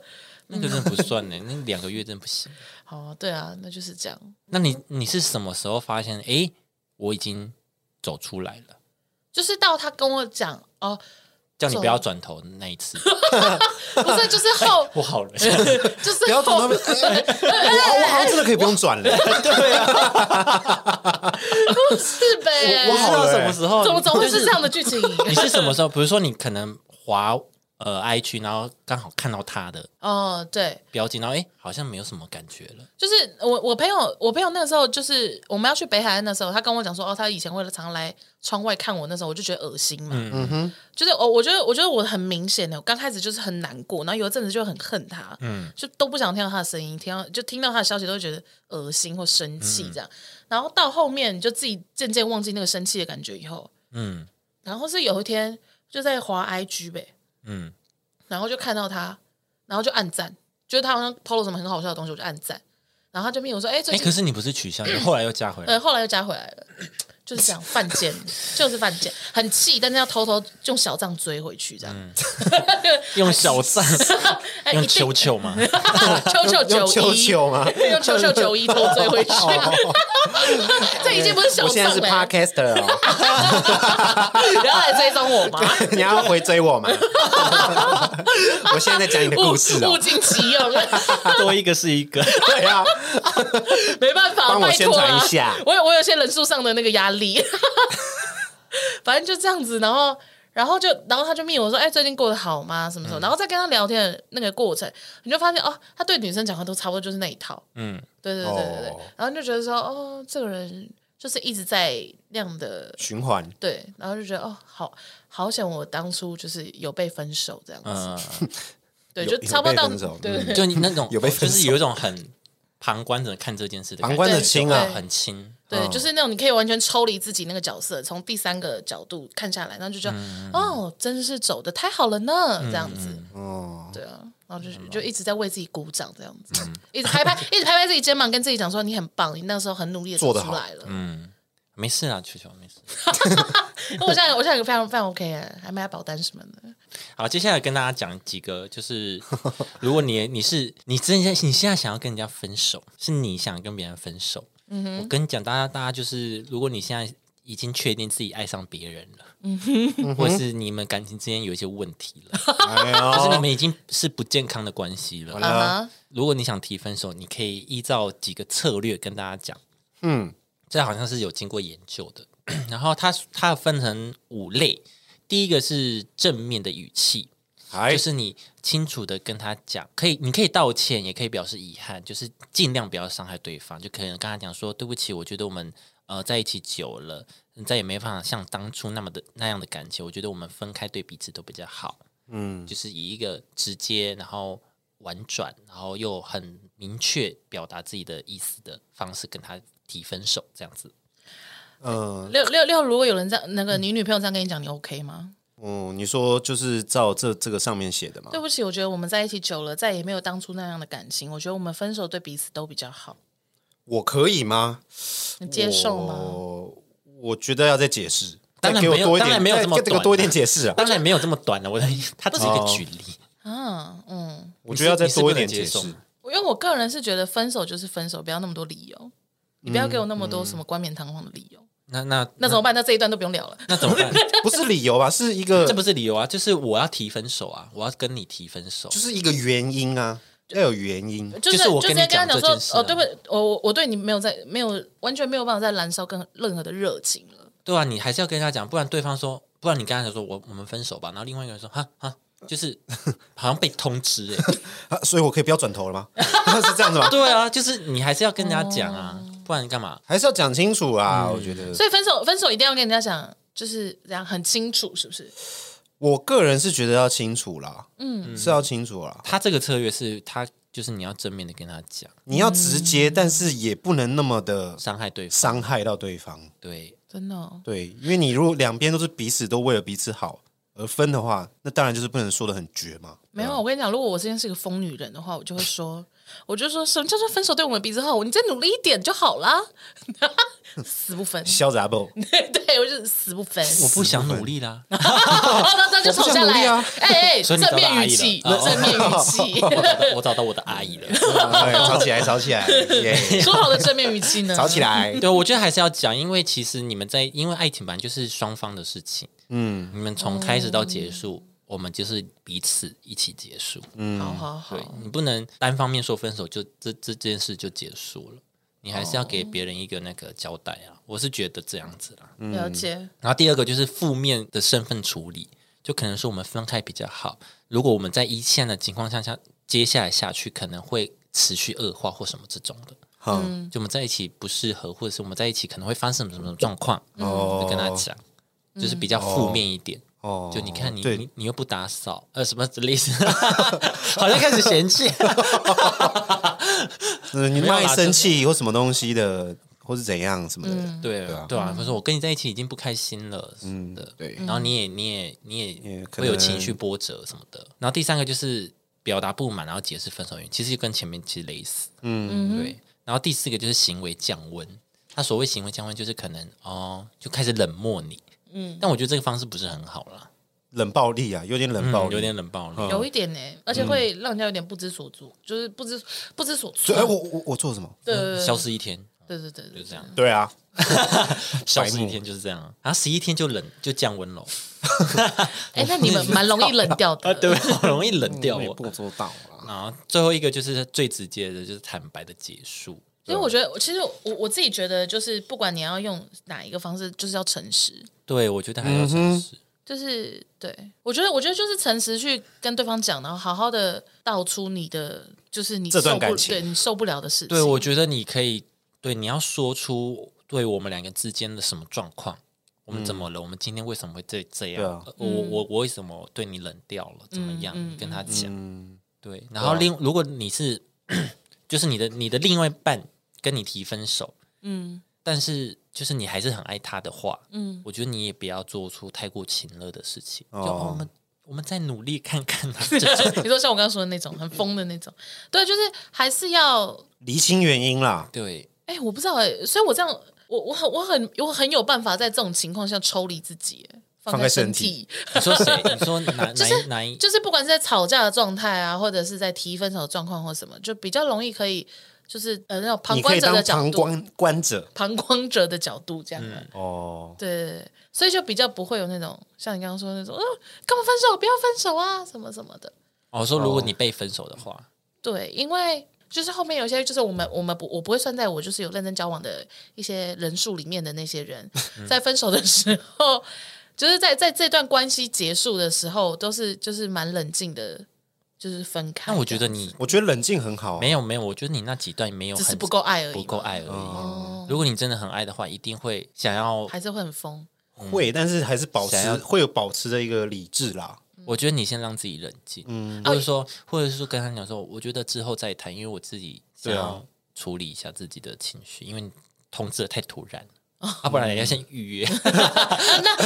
Speaker 2: 那个真的不算呢，那两个月真的不行。
Speaker 3: 哦，对啊，那就是这样。
Speaker 2: 那你你是什么时候发现？诶，我已经走出来了，
Speaker 3: 就是到他跟我讲
Speaker 1: *laughs*
Speaker 3: 哦，
Speaker 2: 叫你不要转头那一次，
Speaker 3: 不是，就是后，
Speaker 1: *laughs*
Speaker 2: 不好了。
Speaker 3: 就是
Speaker 1: 不要转
Speaker 3: 后 *laughs*
Speaker 1: 到，哎哎我我好像真的可以不用转了，啊
Speaker 2: *laughs*
Speaker 3: 是呗？
Speaker 1: 我我好了
Speaker 2: 到什么时候？
Speaker 3: 怎么怎么会
Speaker 2: 你
Speaker 3: 是这样的剧情？
Speaker 2: 你是什么时候？比如说你可能滑呃 I 区，然后刚好看到他的
Speaker 3: 哦，对，
Speaker 2: 标记，然后诶，哎好像没有什么感觉了。
Speaker 3: 就是我我朋友，我朋友那个时候就是我们要去北海岸的时候，他跟我讲说，哦，他以前为了常来窗外看我，那时候我就觉得恶心嘛，嗯哼，就是我我觉得我觉得我很明显的，我刚开始就是很难过，然后有一阵子就很恨他，嗯，就都不想听到他的声音，听到就听到他的消息都会觉得恶心或生
Speaker 1: 嗯
Speaker 3: 气这样，然后到后面你就自己渐渐忘记那个生气的感觉以后，
Speaker 2: 嗯
Speaker 3: 然后是有一天就在滑 IG 呗，
Speaker 2: 嗯，
Speaker 3: 然后就看到他，然后就暗赞，就是他好像 PO 了什么很好笑的东西，我就暗赞。然后他就命我说：“哎、最
Speaker 2: 哎、
Speaker 3: 近 *clears throat* 呃
Speaker 2: 可是你不是取消，你后来又加回来
Speaker 3: 呃，，后来又加回来了。就是这样犯贱，就是犯贱，很气，但是要偷偷用小杖追回去，这样。
Speaker 1: 嗯
Speaker 2: 用小杖，
Speaker 3: 哎
Speaker 2: 用
Speaker 3: 一定
Speaker 2: 球球
Speaker 3: *laughs*
Speaker 2: 嘛，
Speaker 3: 球球
Speaker 1: 用
Speaker 3: 九
Speaker 1: 球
Speaker 3: 一，
Speaker 1: 球吗？
Speaker 3: 用球球九一偷追回去， *laughs* 这已经不是小
Speaker 1: 哦我现在
Speaker 3: 杖
Speaker 1: 是
Speaker 3: 了，
Speaker 1: podcaster 哦， *laughs*
Speaker 3: 然后来追踪我吗？
Speaker 1: 你要回追我
Speaker 3: *laughs*
Speaker 1: 吗？我现在在讲你的
Speaker 3: 物
Speaker 1: 故事
Speaker 3: *laughs* 物
Speaker 1: 哦，
Speaker 3: 尽其用，
Speaker 2: 多一个是一个。
Speaker 1: 对啊，
Speaker 3: 没办法，
Speaker 1: 帮我
Speaker 3: 拜
Speaker 1: 宣
Speaker 3: 托
Speaker 1: 传
Speaker 3: 啦
Speaker 1: 一下
Speaker 3: 我有我有些人数上的那个压力， *laughs* 反正就这样子，然后然后就然后他就密我说，哎，最近过得好吗？什么什
Speaker 1: 嗯
Speaker 3: 么，然后再跟他聊天的那个过程，你就发现哦，他对女生讲话都差不多就是那一套，
Speaker 2: 嗯，
Speaker 3: 对对对对对，
Speaker 1: 哦
Speaker 3: 然后就觉得说，哦，这个人就是一直在那样的
Speaker 1: 循环。
Speaker 3: 对，然后就觉得哦，好好想我当初就是有被分手这样子，
Speaker 2: *laughs* 嗯，
Speaker 3: 对，
Speaker 1: 有
Speaker 3: 就差不多
Speaker 1: 有被
Speaker 3: 到
Speaker 1: 分手嗯
Speaker 3: 对对
Speaker 2: 就你那种哦
Speaker 1: 有被
Speaker 2: 就
Speaker 1: 分手
Speaker 2: 是有一种很旁观者看这件事的感
Speaker 1: 旁
Speaker 2: 觉
Speaker 1: 观
Speaker 3: 者
Speaker 1: 清
Speaker 3: 啊
Speaker 2: 对很轻。
Speaker 3: 对，就是那种你可以完全抽离自己那个角色，从第三个角度看下来，然后就觉得、哦，真是走的太好了呢，这样子，
Speaker 1: 哦，
Speaker 3: 对啊，然后就是就一直在为自己鼓掌这样子，一直拍拍，一直拍拍自己肩膀，跟自己讲说你很棒，你那时候很努力的
Speaker 1: 做得
Speaker 3: 出
Speaker 1: 好
Speaker 3: 来了。
Speaker 2: 没事啦，球球没事。
Speaker 3: 我现在我现在非常非常 OK 啊，还卖保单什么的，
Speaker 2: 好，接下来跟大家讲几个，就是 *laughs* 如果你你是你真的你现在想要跟人家分手，是你想跟别人分手，我跟你讲，大家大家就是，如果你现在已经确定自己爱上别人了，或是你们感情之间有一些问题了，
Speaker 1: 哎呦
Speaker 2: 就
Speaker 3: *laughs*
Speaker 2: 是你们已经是不健康的关系了，
Speaker 1: 啊
Speaker 3: 啊哈，
Speaker 2: 如果你想提分手，你可以依照几个策略跟大家讲，
Speaker 1: 嗯，
Speaker 2: 这好像是有经过研究的。 *clears throat* 然后它它分成五类，第一个是正面的语气，
Speaker 1: 哎
Speaker 2: 就，是你清楚的跟他讲，可以，你可以道歉，也可以表示遗憾，就是尽量不要伤害对方，就可能跟他讲说，对不起，我觉得我们呃在一起久了，再也没办法像当初那么的那样的感情，我觉得我们分开对彼此都比较好，
Speaker 1: 嗯，
Speaker 2: 就是以一个直接，然后婉转，然后又很明确表达自己的意思的方式跟他提分手，这样子。
Speaker 1: 嗯，
Speaker 3: 六六六，如果有人这样，那个你女朋友这样跟你讲，你 OK 吗？
Speaker 1: 哦，你说就是照这这个上面写的嘛
Speaker 3: 对？不起，我觉得我们在一起久了，再也没有当初那样的感情。我觉得我们分手对彼此都比较好，
Speaker 1: 我可以吗？
Speaker 3: 你接受吗？
Speaker 1: 我我觉得要再解释，
Speaker 2: 当
Speaker 1: 再
Speaker 2: 然
Speaker 1: 给我
Speaker 2: 没有
Speaker 1: 多一
Speaker 2: 当然
Speaker 1: 点，
Speaker 2: 没有
Speaker 1: 再
Speaker 2: 这么
Speaker 1: 给我
Speaker 2: 短
Speaker 1: 多一点解释啊！
Speaker 2: 当然没有这么短的，我的它只是一个
Speaker 1: 哦
Speaker 2: 举例，
Speaker 3: 啊，嗯，
Speaker 1: 我觉得要再
Speaker 2: *laughs* 你是
Speaker 1: 多一点
Speaker 2: 你是不能
Speaker 1: 解
Speaker 2: 接受
Speaker 1: 释
Speaker 2: 吗。
Speaker 3: 我因为我个人是觉得分手就是分手，不要那么多理由，你不要给我那么多什么冠冕堂皇的理由。
Speaker 2: 那嗯那
Speaker 3: 那怎么办？那这一段都不用聊了。
Speaker 2: 那怎么办？
Speaker 1: 不是理由吧？啊是一个
Speaker 2: 这，不是理由啊，就是我要提分手啊，我要跟你提分手
Speaker 1: 就。是一个原因啊，要有原因。
Speaker 3: 就是
Speaker 2: 就是我
Speaker 3: 就
Speaker 2: 跟
Speaker 3: 直
Speaker 2: 你
Speaker 3: 接跟
Speaker 2: 讲
Speaker 3: 他
Speaker 2: 这
Speaker 3: 讲说
Speaker 2: 件事，啊
Speaker 3: 哦，对不起，我我我对你没有在没有完全没有办法再燃烧更任何的热情了。
Speaker 2: 对啊，你还是要跟他讲，不然对方说，不然你刚才说我我们分手吧，然后另外一个人说哈哈，就是 *laughs* 好像被通知哎、
Speaker 1: 啊所以我可以不要转头了吗？ *laughs* 是这样
Speaker 3: *laughs*
Speaker 1: 子吗？
Speaker 2: 对啊，就是你还是要跟人家讲啊，不然干嘛？
Speaker 1: 还是要讲清楚
Speaker 2: 嗯
Speaker 1: 啊！我觉得，
Speaker 3: 所以分手分手一定要跟人家讲，就是这样很清楚，是不是？
Speaker 1: 我个人是觉得要清楚啦，嗯，是要清楚啦。
Speaker 2: 他这个策略是他就是你要正面的跟他讲，
Speaker 1: 你要直
Speaker 2: 嗯
Speaker 1: 接，但是也不能那么的
Speaker 2: 伤害对方，
Speaker 1: 伤害到对方。
Speaker 2: 对，
Speaker 3: 真的哦、
Speaker 1: 对，因为你如果两边都是彼此都为了彼此好而分的话，那当然就是不能说的很绝嘛。
Speaker 3: 没
Speaker 2: 啊
Speaker 3: 有，我跟你讲，如果我之前是个疯女人的话，我就会说，我就说什么叫做分手对我们彼此好？你再努力一点就好啦， *laughs* 死不分。 *laughs*
Speaker 1: 潇洒 *laughs* 不？
Speaker 3: 对，我就是死不分。
Speaker 2: 我不想努力啦，
Speaker 3: 哦，那那就吵下
Speaker 1: 我不想努
Speaker 3: 来
Speaker 1: 力啊！
Speaker 3: 哎哎，
Speaker 2: *laughs* 所以
Speaker 3: 正
Speaker 2: 你找到阿
Speaker 3: 面语
Speaker 2: 姨了
Speaker 3: 气，
Speaker 2: 哦
Speaker 3: 正面语
Speaker 2: *laughs*
Speaker 3: 气，
Speaker 2: 我找到我的阿姨了。 *laughs*
Speaker 1: 哎吵起来，吵起来，耶！
Speaker 3: *laughs* 说好的正面语气
Speaker 2: *laughs*
Speaker 3: 呢？
Speaker 1: 吵起
Speaker 3: *laughs*
Speaker 1: 来，
Speaker 2: 对，我觉得还是要讲，因为其实你们在，因为爱情本来就是双方的事情，嗯，你们从开始到结束，我们就是彼此一起结束，嗯，
Speaker 3: 好好好
Speaker 2: 对。你不能单方面说分手就这这件事就结束了，你还是要
Speaker 1: 哦
Speaker 2: 给别人一个那个交代啊，我是觉得这样子啦。
Speaker 3: 了解，
Speaker 2: 然后第二个就是负面的身份处理，就可能说我们分开比较好，如果我们在一线的情况下下接下来下去可能会持续恶化或什么这种的，嗯
Speaker 1: 好
Speaker 2: 就我们在一起不适合，或者是我们在一起可能会发生什么什么状况，
Speaker 1: 嗯哦
Speaker 2: 就跟他讲，就是比较负面一点。
Speaker 1: 哦
Speaker 2: 就你看你
Speaker 1: 对
Speaker 2: 你你又不打扫，呃，什么之类的， *laughs* 好像开始嫌弃。
Speaker 1: 呃你
Speaker 2: 没有啦
Speaker 1: 卖生气或什么东西的，或是怎样什么
Speaker 3: 嗯
Speaker 1: 的，
Speaker 2: 对啊，对啊，他说我跟你在一起已经不开心了，嗯的，
Speaker 1: 对
Speaker 2: 然后你也你也你
Speaker 1: 也
Speaker 2: 也
Speaker 1: 可能
Speaker 2: 会有情绪波折什么的。然后第三个就是表达不满，然后解释分手原因，其实就跟前面其实类似，嗯对。然后第四个就是行为降温，他所谓行为僵化，就是可能哦，就开始冷漠你。嗯，但我觉得这个方式不是很好啦，
Speaker 1: 冷暴力啊，有点冷暴
Speaker 2: 嗯，
Speaker 1: 力，
Speaker 2: 有点冷暴力。
Speaker 3: 有一点呢、而且会让人家有点不知所措，就是不知不知所措
Speaker 1: 对。哎，我我我做什么？
Speaker 3: 对
Speaker 2: 消失一天
Speaker 3: 对对对对
Speaker 2: 就这样，
Speaker 1: 对啊，
Speaker 2: 消失一天就是这样啊，然后十一天就冷就降温了，
Speaker 3: 哎、那你们蛮容易冷掉
Speaker 2: *laughs*
Speaker 3: 的，
Speaker 2: 啊对，好容易冷掉
Speaker 1: 啊 *laughs* 我也
Speaker 2: 哦。
Speaker 1: 不做到
Speaker 3: 啊
Speaker 1: 啦。
Speaker 2: 然后最后一个就是最直接的，就是坦白的结束。
Speaker 3: 所以我觉得，其实我我自己觉得，就是不管你要用哪一个方式，就是要诚实。
Speaker 2: 对，我觉得还要
Speaker 1: 嗯
Speaker 2: 诚实。
Speaker 3: 就是对我觉得，我觉得就是诚实去跟对方讲，然后好好的道出你的，就是你
Speaker 1: 这段
Speaker 3: 受不
Speaker 1: 感情
Speaker 3: 对你受不了的事情。
Speaker 2: 对，我觉得你可以，对，你要说出对我们两个之间的什么状况，我们怎么了？我们今天为什么会这这样？
Speaker 1: 对啊
Speaker 2: 呃我我我为什么对你冷掉了？怎么样？
Speaker 3: 嗯
Speaker 2: 你跟他讲。
Speaker 1: 嗯，
Speaker 2: 对，然后另、如果你是就是你的你的另外一半跟你提分手，
Speaker 3: 嗯
Speaker 2: 但是就是你还是很爱他的话，
Speaker 3: 嗯，
Speaker 2: 我觉得你也不要做出太过情乐的事情。就、
Speaker 1: 哦
Speaker 2: 哦、我们我们再努力看
Speaker 1: *laughs*
Speaker 2: 看啊，就是
Speaker 3: *laughs* 你说像我刚刚说的那种很疯的那种，对，就是还是要，
Speaker 1: 厘清原因啦。
Speaker 2: 对，
Speaker 3: 哎、我不知道哎、所以我这样，我我很我很我很有办法在这种情况下抽离自己、哎
Speaker 1: 放
Speaker 3: 开
Speaker 1: 开身
Speaker 3: 体，
Speaker 2: 你说谁？你说哪、哪哪一？
Speaker 3: *laughs* 就是不管是在吵架的状态啊，或者是在提分手的状况或什么，就比较容易可以，就是呃那种旁
Speaker 1: 你可
Speaker 3: 观
Speaker 1: 以
Speaker 3: 者
Speaker 1: 当
Speaker 3: 的角
Speaker 1: 旁
Speaker 3: 度，
Speaker 1: 观观者
Speaker 3: 旁观者的角度这样、啊。
Speaker 1: 哦，
Speaker 3: 对对对，所以就比较不会有那种像你刚刚说的那种，呃，干嘛分手？不要分手啊，什么什么的。
Speaker 2: 哦我、说如果
Speaker 3: 哦
Speaker 2: 你被分手的话，
Speaker 3: 对，因为就是后面有些就是我们我们不我不会算在我就是有认真交往的一些人数里面的那些人，
Speaker 2: 嗯
Speaker 3: *laughs* 在分手的时候，就是在在这段关系结束的时候，都是就是蛮冷静的，就是分开。
Speaker 2: 那我觉得你
Speaker 1: 我觉得冷静很好啊，
Speaker 2: 没有没有，我觉得你那几段没有
Speaker 3: 只
Speaker 2: 很
Speaker 3: 是不够爱而已嘛，
Speaker 2: 不够嗯爱而已。
Speaker 3: 哦，
Speaker 2: 如果你真的很爱的话，一定会想要。
Speaker 3: 还是会很疯。
Speaker 1: 会，但是还是保持
Speaker 2: 想要
Speaker 1: 会有保持着一个理智啦。
Speaker 2: 我觉得你先让自己冷静，
Speaker 1: 嗯
Speaker 2: 或
Speaker 3: 哦
Speaker 2: 者说，或者是说跟他讲说，我觉得之后再谈，因为我自己想
Speaker 1: 对啊
Speaker 2: 要处理一下自己的情绪，因为你通知的太突然
Speaker 3: 哦
Speaker 2: 了，啊，不然人家先预 *laughs* 约。
Speaker 3: 嗯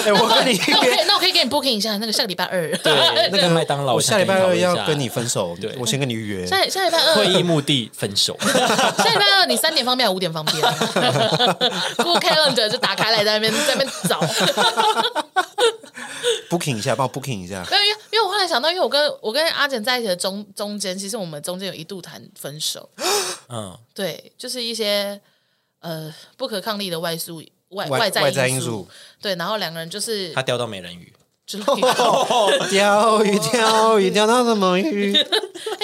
Speaker 1: 哎，我 *laughs* 跟你
Speaker 3: 那我可以，那我可以给你 booking 一下那个下个礼拜二，
Speaker 2: 对，那个麦当劳，
Speaker 1: 我下礼拜二要跟
Speaker 2: 你
Speaker 1: 你分手，我先跟你预约。
Speaker 3: *laughs* 下下礼拜
Speaker 2: 讨
Speaker 3: 二
Speaker 2: 论一下会议目的分手。
Speaker 3: *laughs* 下礼拜二你三点方便还是五点方
Speaker 2: *laughs*
Speaker 3: 便 *laughs* ？Google Calendar 就打开来，在那边在那边找。
Speaker 1: booking 一下，帮我 booking 一下。
Speaker 3: 没有，因为因为我后来想到，因为我跟我跟阿简在一起的中中间，其实我们中间有一度谈分手，
Speaker 2: 嗯，
Speaker 3: 对，就是一些呃不可抗力的外宿外
Speaker 1: 外
Speaker 3: 在
Speaker 1: 外在
Speaker 3: 因
Speaker 1: 因素，
Speaker 3: 对，然后两个人就是哎
Speaker 2: 他钓到美
Speaker 1: *laughs*
Speaker 2: 人鱼，
Speaker 3: 之类的。
Speaker 1: 哦钓鱼，钓鱼，钓到什么鱼
Speaker 3: 哎，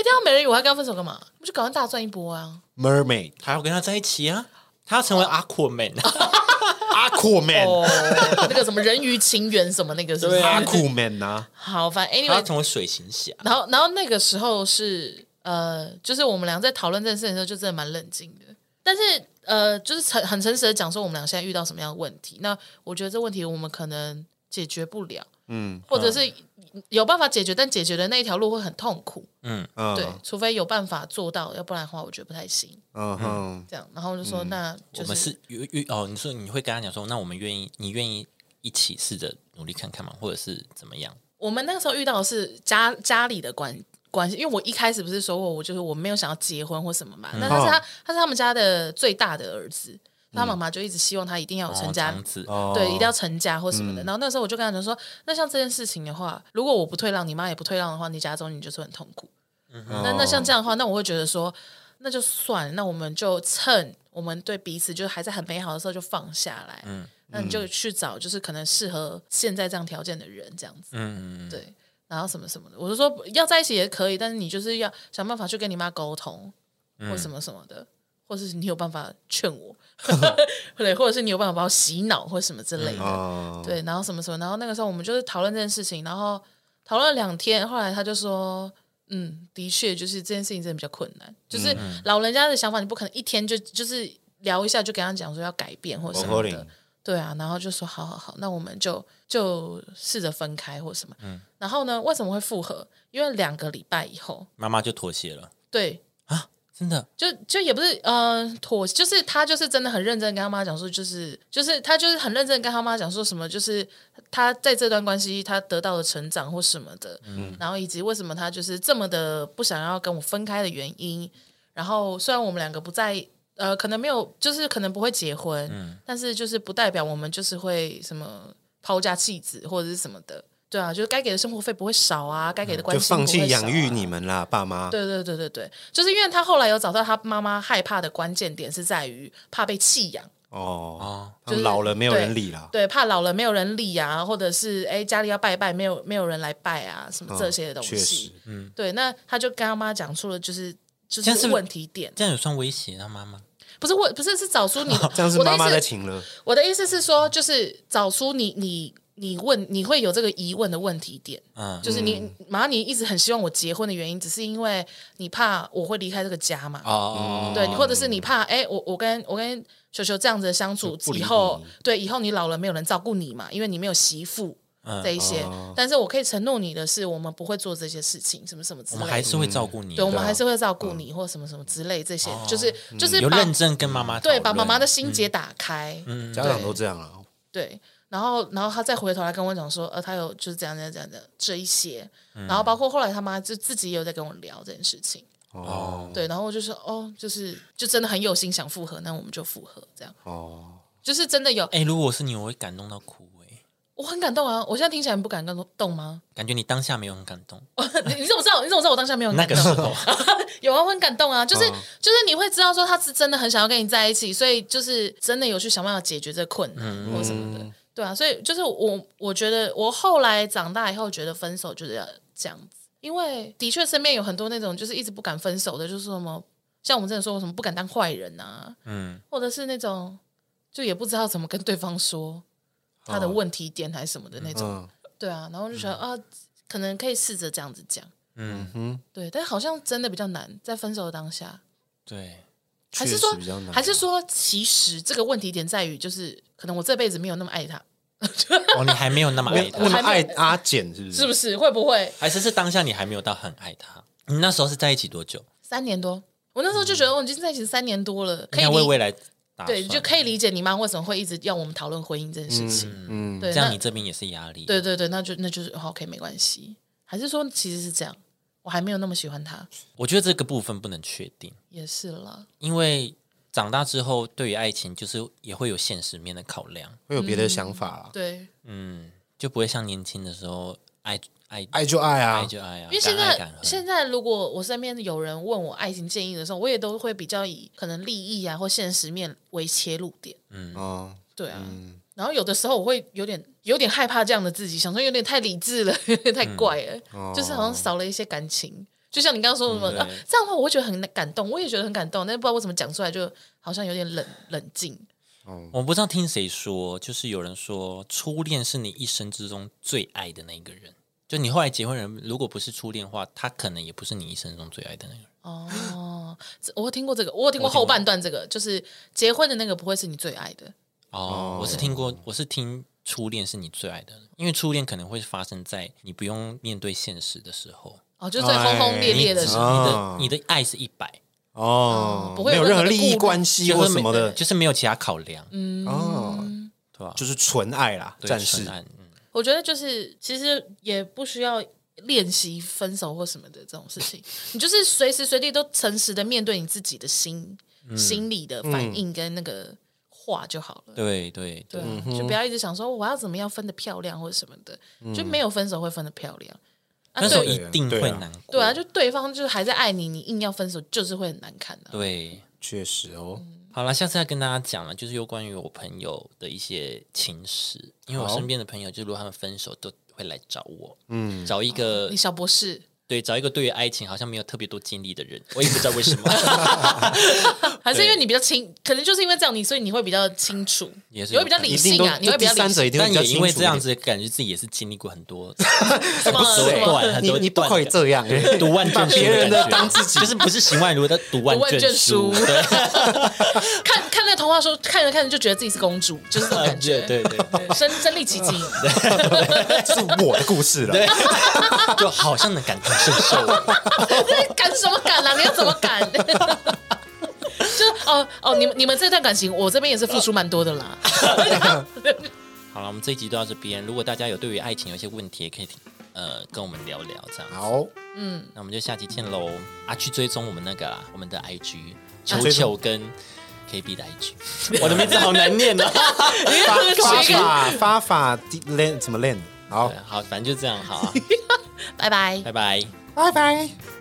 Speaker 3: 这样美人鱼我还跟他分手干嘛？我就赶快大赚一波啊！
Speaker 1: ？Mermaid
Speaker 2: 他要跟他在一起啊，他要成为 Aquaman。
Speaker 1: *laughs* Aquaman
Speaker 3: 哦， *laughs* 那个什么人鱼情缘什么那个是不是？
Speaker 2: 对啊
Speaker 1: Aquaman 啊，
Speaker 3: 好，反正 anyway，
Speaker 2: 他成为水行侠，
Speaker 3: 然后，然后那个时候是呃，就是我们俩在讨论这件事情的时候，就真的蛮冷静的。但是呃，就是诚很诚实的讲说，我们俩现在遇到什么样的问题。那我觉得这问题我们可能解决不了，
Speaker 1: 嗯
Speaker 3: 或者是有办法解决，但解决的那一条路会很痛苦。对，
Speaker 1: 嗯
Speaker 3: 除非有办法做到，要不然的话，我觉得不太行。
Speaker 1: 嗯哼，
Speaker 3: 这样，然后我就说，那
Speaker 2: 嗯
Speaker 3: 就
Speaker 2: 我们是约约哦，你说你会跟他讲说，那我们愿意，你愿意一起试着努力看看吗？或者是怎么样？
Speaker 3: 我们那个时候遇到的是家家里的关关系，因为我一开始不是说过，我就是我没有想要结婚或什么嘛。那、他是他他是他们家的最大的儿子，他妈妈就一直希望他一定要有成
Speaker 2: 哦，
Speaker 3: 家，
Speaker 2: 长子，
Speaker 1: 哦
Speaker 3: 对，一定要成家或什么的。然后那时候我就跟他讲说，那像这件事情的话，如果我不退让，你妈也不退让的话，你家中你就是很痛苦。
Speaker 1: 嗯
Speaker 3: 那那
Speaker 1: 哦
Speaker 3: 像这样的话，那我会觉得说，那就算，那我们就趁我们对彼此就还在很美好的时候就放下来。嗯，那你就去找就是可能适合现在这样条件的人，这样子。
Speaker 2: 嗯，嗯嗯
Speaker 3: 对，然后什么什么的，我就说要在一起也可以，但是你就是要想办法去跟你妈沟通，或什么什么的，或是你有办法劝我， *laughs* 对，或者是你有办法把我洗脑或什么之类的，
Speaker 1: 哦，
Speaker 3: 对，然后什么什么，然后那个时候我们就是讨论这件事情，然后讨论了两天，后来他就说。嗯，的确，就是这件事情真的比较困难。就是老人家的想法，你不可能一天就就是聊一下就跟他讲说要改变或什
Speaker 1: 不
Speaker 3: 么
Speaker 1: 可
Speaker 3: 的
Speaker 1: 能，
Speaker 3: 对啊，然后就说好好好，那我们就就试着分开或什么。然后呢，为什么会复合？因为两个礼拜以后，
Speaker 2: 妈妈就妥协了
Speaker 3: 对，
Speaker 2: 啊，真的，
Speaker 3: 就就也不是呃妥，就是他就是真的很认真跟他妈讲说，就是就是他就是很认真跟他妈讲说什么，就是他在这段关系他得到的成长或什么的，
Speaker 1: 嗯
Speaker 3: 然后以及为什么他就是这么的不想要跟我分开的原因。然后虽然我们两个不在呃，可能没有，就是可能不会结婚，
Speaker 1: 嗯
Speaker 3: 但是就是不代表我们就是会什么抛家弃子或者是什么的，对啊，就是该给的生活费不会少啊，该给的
Speaker 1: 嗯
Speaker 3: 关
Speaker 1: 就
Speaker 3: 心不
Speaker 1: 放
Speaker 3: 会
Speaker 1: 弃
Speaker 3: 少啊
Speaker 1: 养育你们啦，爸妈。
Speaker 3: 对对对对对，就是因为他后来有找到他妈妈害怕的关键点是在于怕被弃养，
Speaker 1: 哦，他
Speaker 3: 就是
Speaker 1: 老了没有人理啦。
Speaker 3: 对，怕老了没有人理啊，或者是哎家里要拜拜没有没有人来拜啊，什
Speaker 1: 嗯
Speaker 3: 么这些的东
Speaker 1: 确实
Speaker 3: 西。，对，那他就跟他妈讲出了就是。就
Speaker 2: 这样是
Speaker 3: 是
Speaker 2: 不是
Speaker 3: 问题点，
Speaker 2: 这样有算威胁到妈妈？
Speaker 3: 不是问，不是是
Speaker 1: *laughs*
Speaker 3: 找出你。
Speaker 1: 这样是
Speaker 3: 我的
Speaker 1: 妈
Speaker 3: 意
Speaker 1: 妈在
Speaker 3: 思，
Speaker 1: 请了。
Speaker 3: 我的意思是说，就是找出你你你问你会有这个疑问的问题点，
Speaker 2: 嗯，
Speaker 3: 就是你马你一直很希望我结婚的原因，只是因为你怕我会离开这个家嘛。
Speaker 2: 哦哦，
Speaker 3: 对，你或者是你怕，哎、我我跟我跟球球这样子的相处
Speaker 1: 不理
Speaker 3: 以后，对以后你老了没有人照顾你嘛，因为你没有媳妇。
Speaker 2: 嗯
Speaker 3: 这一些，
Speaker 2: 哦
Speaker 3: 但是我可以承诺你的是，我们不会做这些事情，什么什么之
Speaker 2: 我
Speaker 3: 类的。
Speaker 2: 们还是会照顾你，嗯
Speaker 3: 对，我们
Speaker 1: 啊
Speaker 3: 还是会照顾你，或什么什么之类，这些就是就是
Speaker 2: 哦有
Speaker 3: 把
Speaker 2: 认嗯真跟妈妈
Speaker 3: 对
Speaker 2: 讨
Speaker 3: 把妈
Speaker 2: 论
Speaker 3: 妈的心结打开，
Speaker 1: 家长都这样啊了，
Speaker 3: 对，然后然后他再回头来跟我讲说，呃，他有就是这样这样这样的这一些，
Speaker 2: 嗯
Speaker 3: 然后包括后来他妈就自己也有在跟我聊这件事情，
Speaker 1: 哦
Speaker 3: 对，然后我就说哦，就是就真的很有心想复合，那我们就复合这样，
Speaker 1: 哦，
Speaker 3: 就是真的有，
Speaker 2: 哎、如果是你，我会感动到哭哎、
Speaker 3: 我很感动啊！我现在听起来很不敢
Speaker 2: *laughs*
Speaker 3: 动吗？
Speaker 2: 感觉你当下没有很感动，
Speaker 3: 你你怎么知道？你怎么知道我当下没有很
Speaker 2: 那
Speaker 3: 哦感
Speaker 2: 个哦
Speaker 3: 动？
Speaker 2: 时候
Speaker 3: 有啊，我很感动啊！就是、就是你会知道说他是真的很想要跟你在一起，所以就是真的有去想办法解决这困难、
Speaker 2: 嗯
Speaker 3: 或什么
Speaker 1: 嗯
Speaker 3: 的，对啊。所以就是我我觉得我后来长大以后觉得分手就是要这样子，因为的确身边有很多那种就是一直不敢分手的，就是什么像我们之前说过什么不敢当坏人啊，
Speaker 2: 嗯，
Speaker 3: 或者是那种就也不知道怎么跟对方说他
Speaker 2: 哦
Speaker 3: 的问题点还是什么的那种。
Speaker 1: 嗯，
Speaker 3: 对啊，然后就觉得、啊，可能可以试着这样子讲，
Speaker 2: 嗯
Speaker 3: 嗯哼，对，但好像真的比较难，在分手的当下，
Speaker 2: 对，
Speaker 3: 还
Speaker 1: 确
Speaker 3: 是
Speaker 1: 实
Speaker 3: 说
Speaker 1: 比较难，
Speaker 3: 还是说，其实这个问题点在于，就是可能我这辈子没有那么爱他，
Speaker 2: 哦，你还没有那么爱
Speaker 1: 没
Speaker 3: *laughs*
Speaker 2: 他
Speaker 1: 那，么
Speaker 3: 还没
Speaker 1: 爱阿简是不
Speaker 3: 是
Speaker 1: 是？
Speaker 3: 不是？会不会
Speaker 2: 还是是当下你还没有到很爱他？你那时候是在一起多久？
Speaker 3: 三年多？我那时候就觉
Speaker 2: 嗯
Speaker 3: 得，我哦已经在一起三年多了，可以
Speaker 2: 应该为未
Speaker 3: 理
Speaker 2: 来打算，
Speaker 3: 对，就可以理解你妈为什么会一直要我们讨论婚姻这件事情。
Speaker 1: 嗯，
Speaker 3: 对，
Speaker 2: 这样
Speaker 3: 那
Speaker 2: 你这边也是压力，
Speaker 3: 对对对，那就那就是好 OK，没关系。还是说其实是这样，我还没有那么喜欢他，
Speaker 2: 我觉得这个部分不能确定，
Speaker 3: 也是啦。
Speaker 2: 因为长大之后对于爱情就是也会有现实面的考量，
Speaker 1: 会有别的想法啦，
Speaker 3: 对，
Speaker 2: 嗯，就不会像年轻的时候爱爱
Speaker 1: 爱就爱
Speaker 2: 爱
Speaker 1: 啊，
Speaker 2: 就爱啊，
Speaker 3: 因为现
Speaker 2: 敢爱敢
Speaker 3: 在
Speaker 2: 恨
Speaker 3: 现在，如果我身边有人问我爱情建议的时候，我也都会比较以可能利益啊或现实面为切入点，
Speaker 1: 嗯，
Speaker 3: 对啊。然后有的时候我会有点有点害怕这样的自己，想说有点太理智了，有点太怪了，就是好像少了一些感情。就像你刚刚说什么、
Speaker 2: 嗯
Speaker 3: 啊
Speaker 2: 对，
Speaker 3: 这样的话我会觉得很感动，我也觉得很感动，但是不知道为什么讲出来就好像有点冷冷静。
Speaker 2: 我不知道听谁说，就是有人说初恋是你一生之中最爱的那一个人。就你后来结婚人，如果不是初恋的话，他可能也不是你一生中最爱的那个人。
Speaker 3: 哦，这我有听过这个，我有听过后半段这个，就是结婚的那个不会是你最爱的，
Speaker 2: 哦，我是听过，我是听初恋是你最爱的人，因为初恋可能会发生在你不用面对现实的时候，
Speaker 3: 哦，就是最轰轰烈
Speaker 2: 哎你
Speaker 3: 烈的
Speaker 2: 只
Speaker 3: 时
Speaker 2: 你
Speaker 3: 候。啊
Speaker 2: 的
Speaker 1: 哦
Speaker 2: 你的爱是一百，
Speaker 1: 哦
Speaker 3: 哦，不会
Speaker 1: 没有
Speaker 3: 有
Speaker 1: 任
Speaker 3: 任
Speaker 1: 何
Speaker 3: 何
Speaker 1: 利
Speaker 3: 的
Speaker 1: 益
Speaker 3: 顾虑
Speaker 1: 关系
Speaker 2: 就
Speaker 1: 或
Speaker 2: 是
Speaker 1: 什
Speaker 2: 没
Speaker 1: 么的，
Speaker 2: 就是没有其他考量，嗯，
Speaker 1: 哦，
Speaker 2: 对吧？
Speaker 1: 就是纯爱啦，
Speaker 2: 对
Speaker 1: 暂时
Speaker 2: 纯爱嗯
Speaker 3: 我觉得就是其实也不需要练习分手或什么的这种事情，你就是随时随地都诚实的面对你自己的心、
Speaker 1: 嗯
Speaker 3: 心理的反应跟那个话就好了。
Speaker 2: 对对对
Speaker 3: 对啊，
Speaker 1: 嗯
Speaker 3: 就不要一直想说我要怎么样分的漂亮或者什么的，就
Speaker 1: 嗯
Speaker 3: 没有分手会分的漂亮。啊
Speaker 2: 那时候
Speaker 3: 对
Speaker 2: 一定
Speaker 1: 对啊
Speaker 2: 会难过，
Speaker 3: 对啊，就对方就是还在爱你，你硬要分手，就是会很难看的、
Speaker 2: 对。
Speaker 1: 确实哦，
Speaker 2: 好了，下次要跟大家讲了，就是有关于我朋友的一些情史，因为我
Speaker 1: 好
Speaker 2: 身边的朋友，就如果他们分手，都会来找我，嗯，找一个
Speaker 3: 哦你小博士，
Speaker 2: 对，找一个对于爱情好像没有特别多经历的人，我也不知道为什么，
Speaker 3: 还是因为你比较清，可能就是因为这样你，所以你会比较清楚，
Speaker 2: 也是
Speaker 3: 你会比较
Speaker 2: 有可能
Speaker 3: 理
Speaker 1: 一定
Speaker 3: 性
Speaker 1: 都
Speaker 3: 啊，你会
Speaker 1: 就第
Speaker 3: 比较理
Speaker 1: 三
Speaker 3: 性
Speaker 1: 者一定会
Speaker 2: 但
Speaker 1: 比较
Speaker 2: 也
Speaker 1: 清
Speaker 2: 因
Speaker 1: 楚
Speaker 2: 为
Speaker 1: 一
Speaker 2: 这样
Speaker 1: 点。
Speaker 2: 子，感觉自己也是经历过很多
Speaker 3: 什么
Speaker 2: 手
Speaker 3: 什么
Speaker 2: 段，很
Speaker 1: 你
Speaker 2: 多
Speaker 1: 你不
Speaker 2: 段
Speaker 1: 可以
Speaker 2: 感
Speaker 1: 这样，
Speaker 2: 读万卷书
Speaker 1: 把别人的
Speaker 2: 感觉
Speaker 1: 当自己
Speaker 2: 就是不是行万如的读万
Speaker 3: 读万
Speaker 2: 卷
Speaker 3: 卷
Speaker 2: 书，
Speaker 3: 书
Speaker 2: 对
Speaker 3: 看看那个童话书，看着看着就觉得自己是公主，就是这 *laughs* 种感觉，
Speaker 2: 对对对，
Speaker 3: 对身身临其境。
Speaker 1: 是我的故事了。
Speaker 2: 就好像能感同身受，
Speaker 3: 哎敢什么敢啦、啊你要怎么敢？ *laughs* 就哦哦，你们你们这段感情，我这边也是付出蛮多的啦。
Speaker 2: 好了，我们这一集就到这边。如果大家有对于爱情有一些问题，也可以呃跟我们聊聊这样。
Speaker 1: 好，
Speaker 2: 啊那我们就下期见喽啊！去追踪我们那个啦，我们的 IG 球
Speaker 1: 追踪
Speaker 2: 球跟 KB 的 IG，
Speaker 4: 我的名字好难念哦。
Speaker 1: 发
Speaker 3: 这个
Speaker 1: 发发发 land 什么 land？好，
Speaker 2: 好，反正就这样，好啊，
Speaker 3: 拜拜。
Speaker 2: 拜拜。
Speaker 1: 拜拜。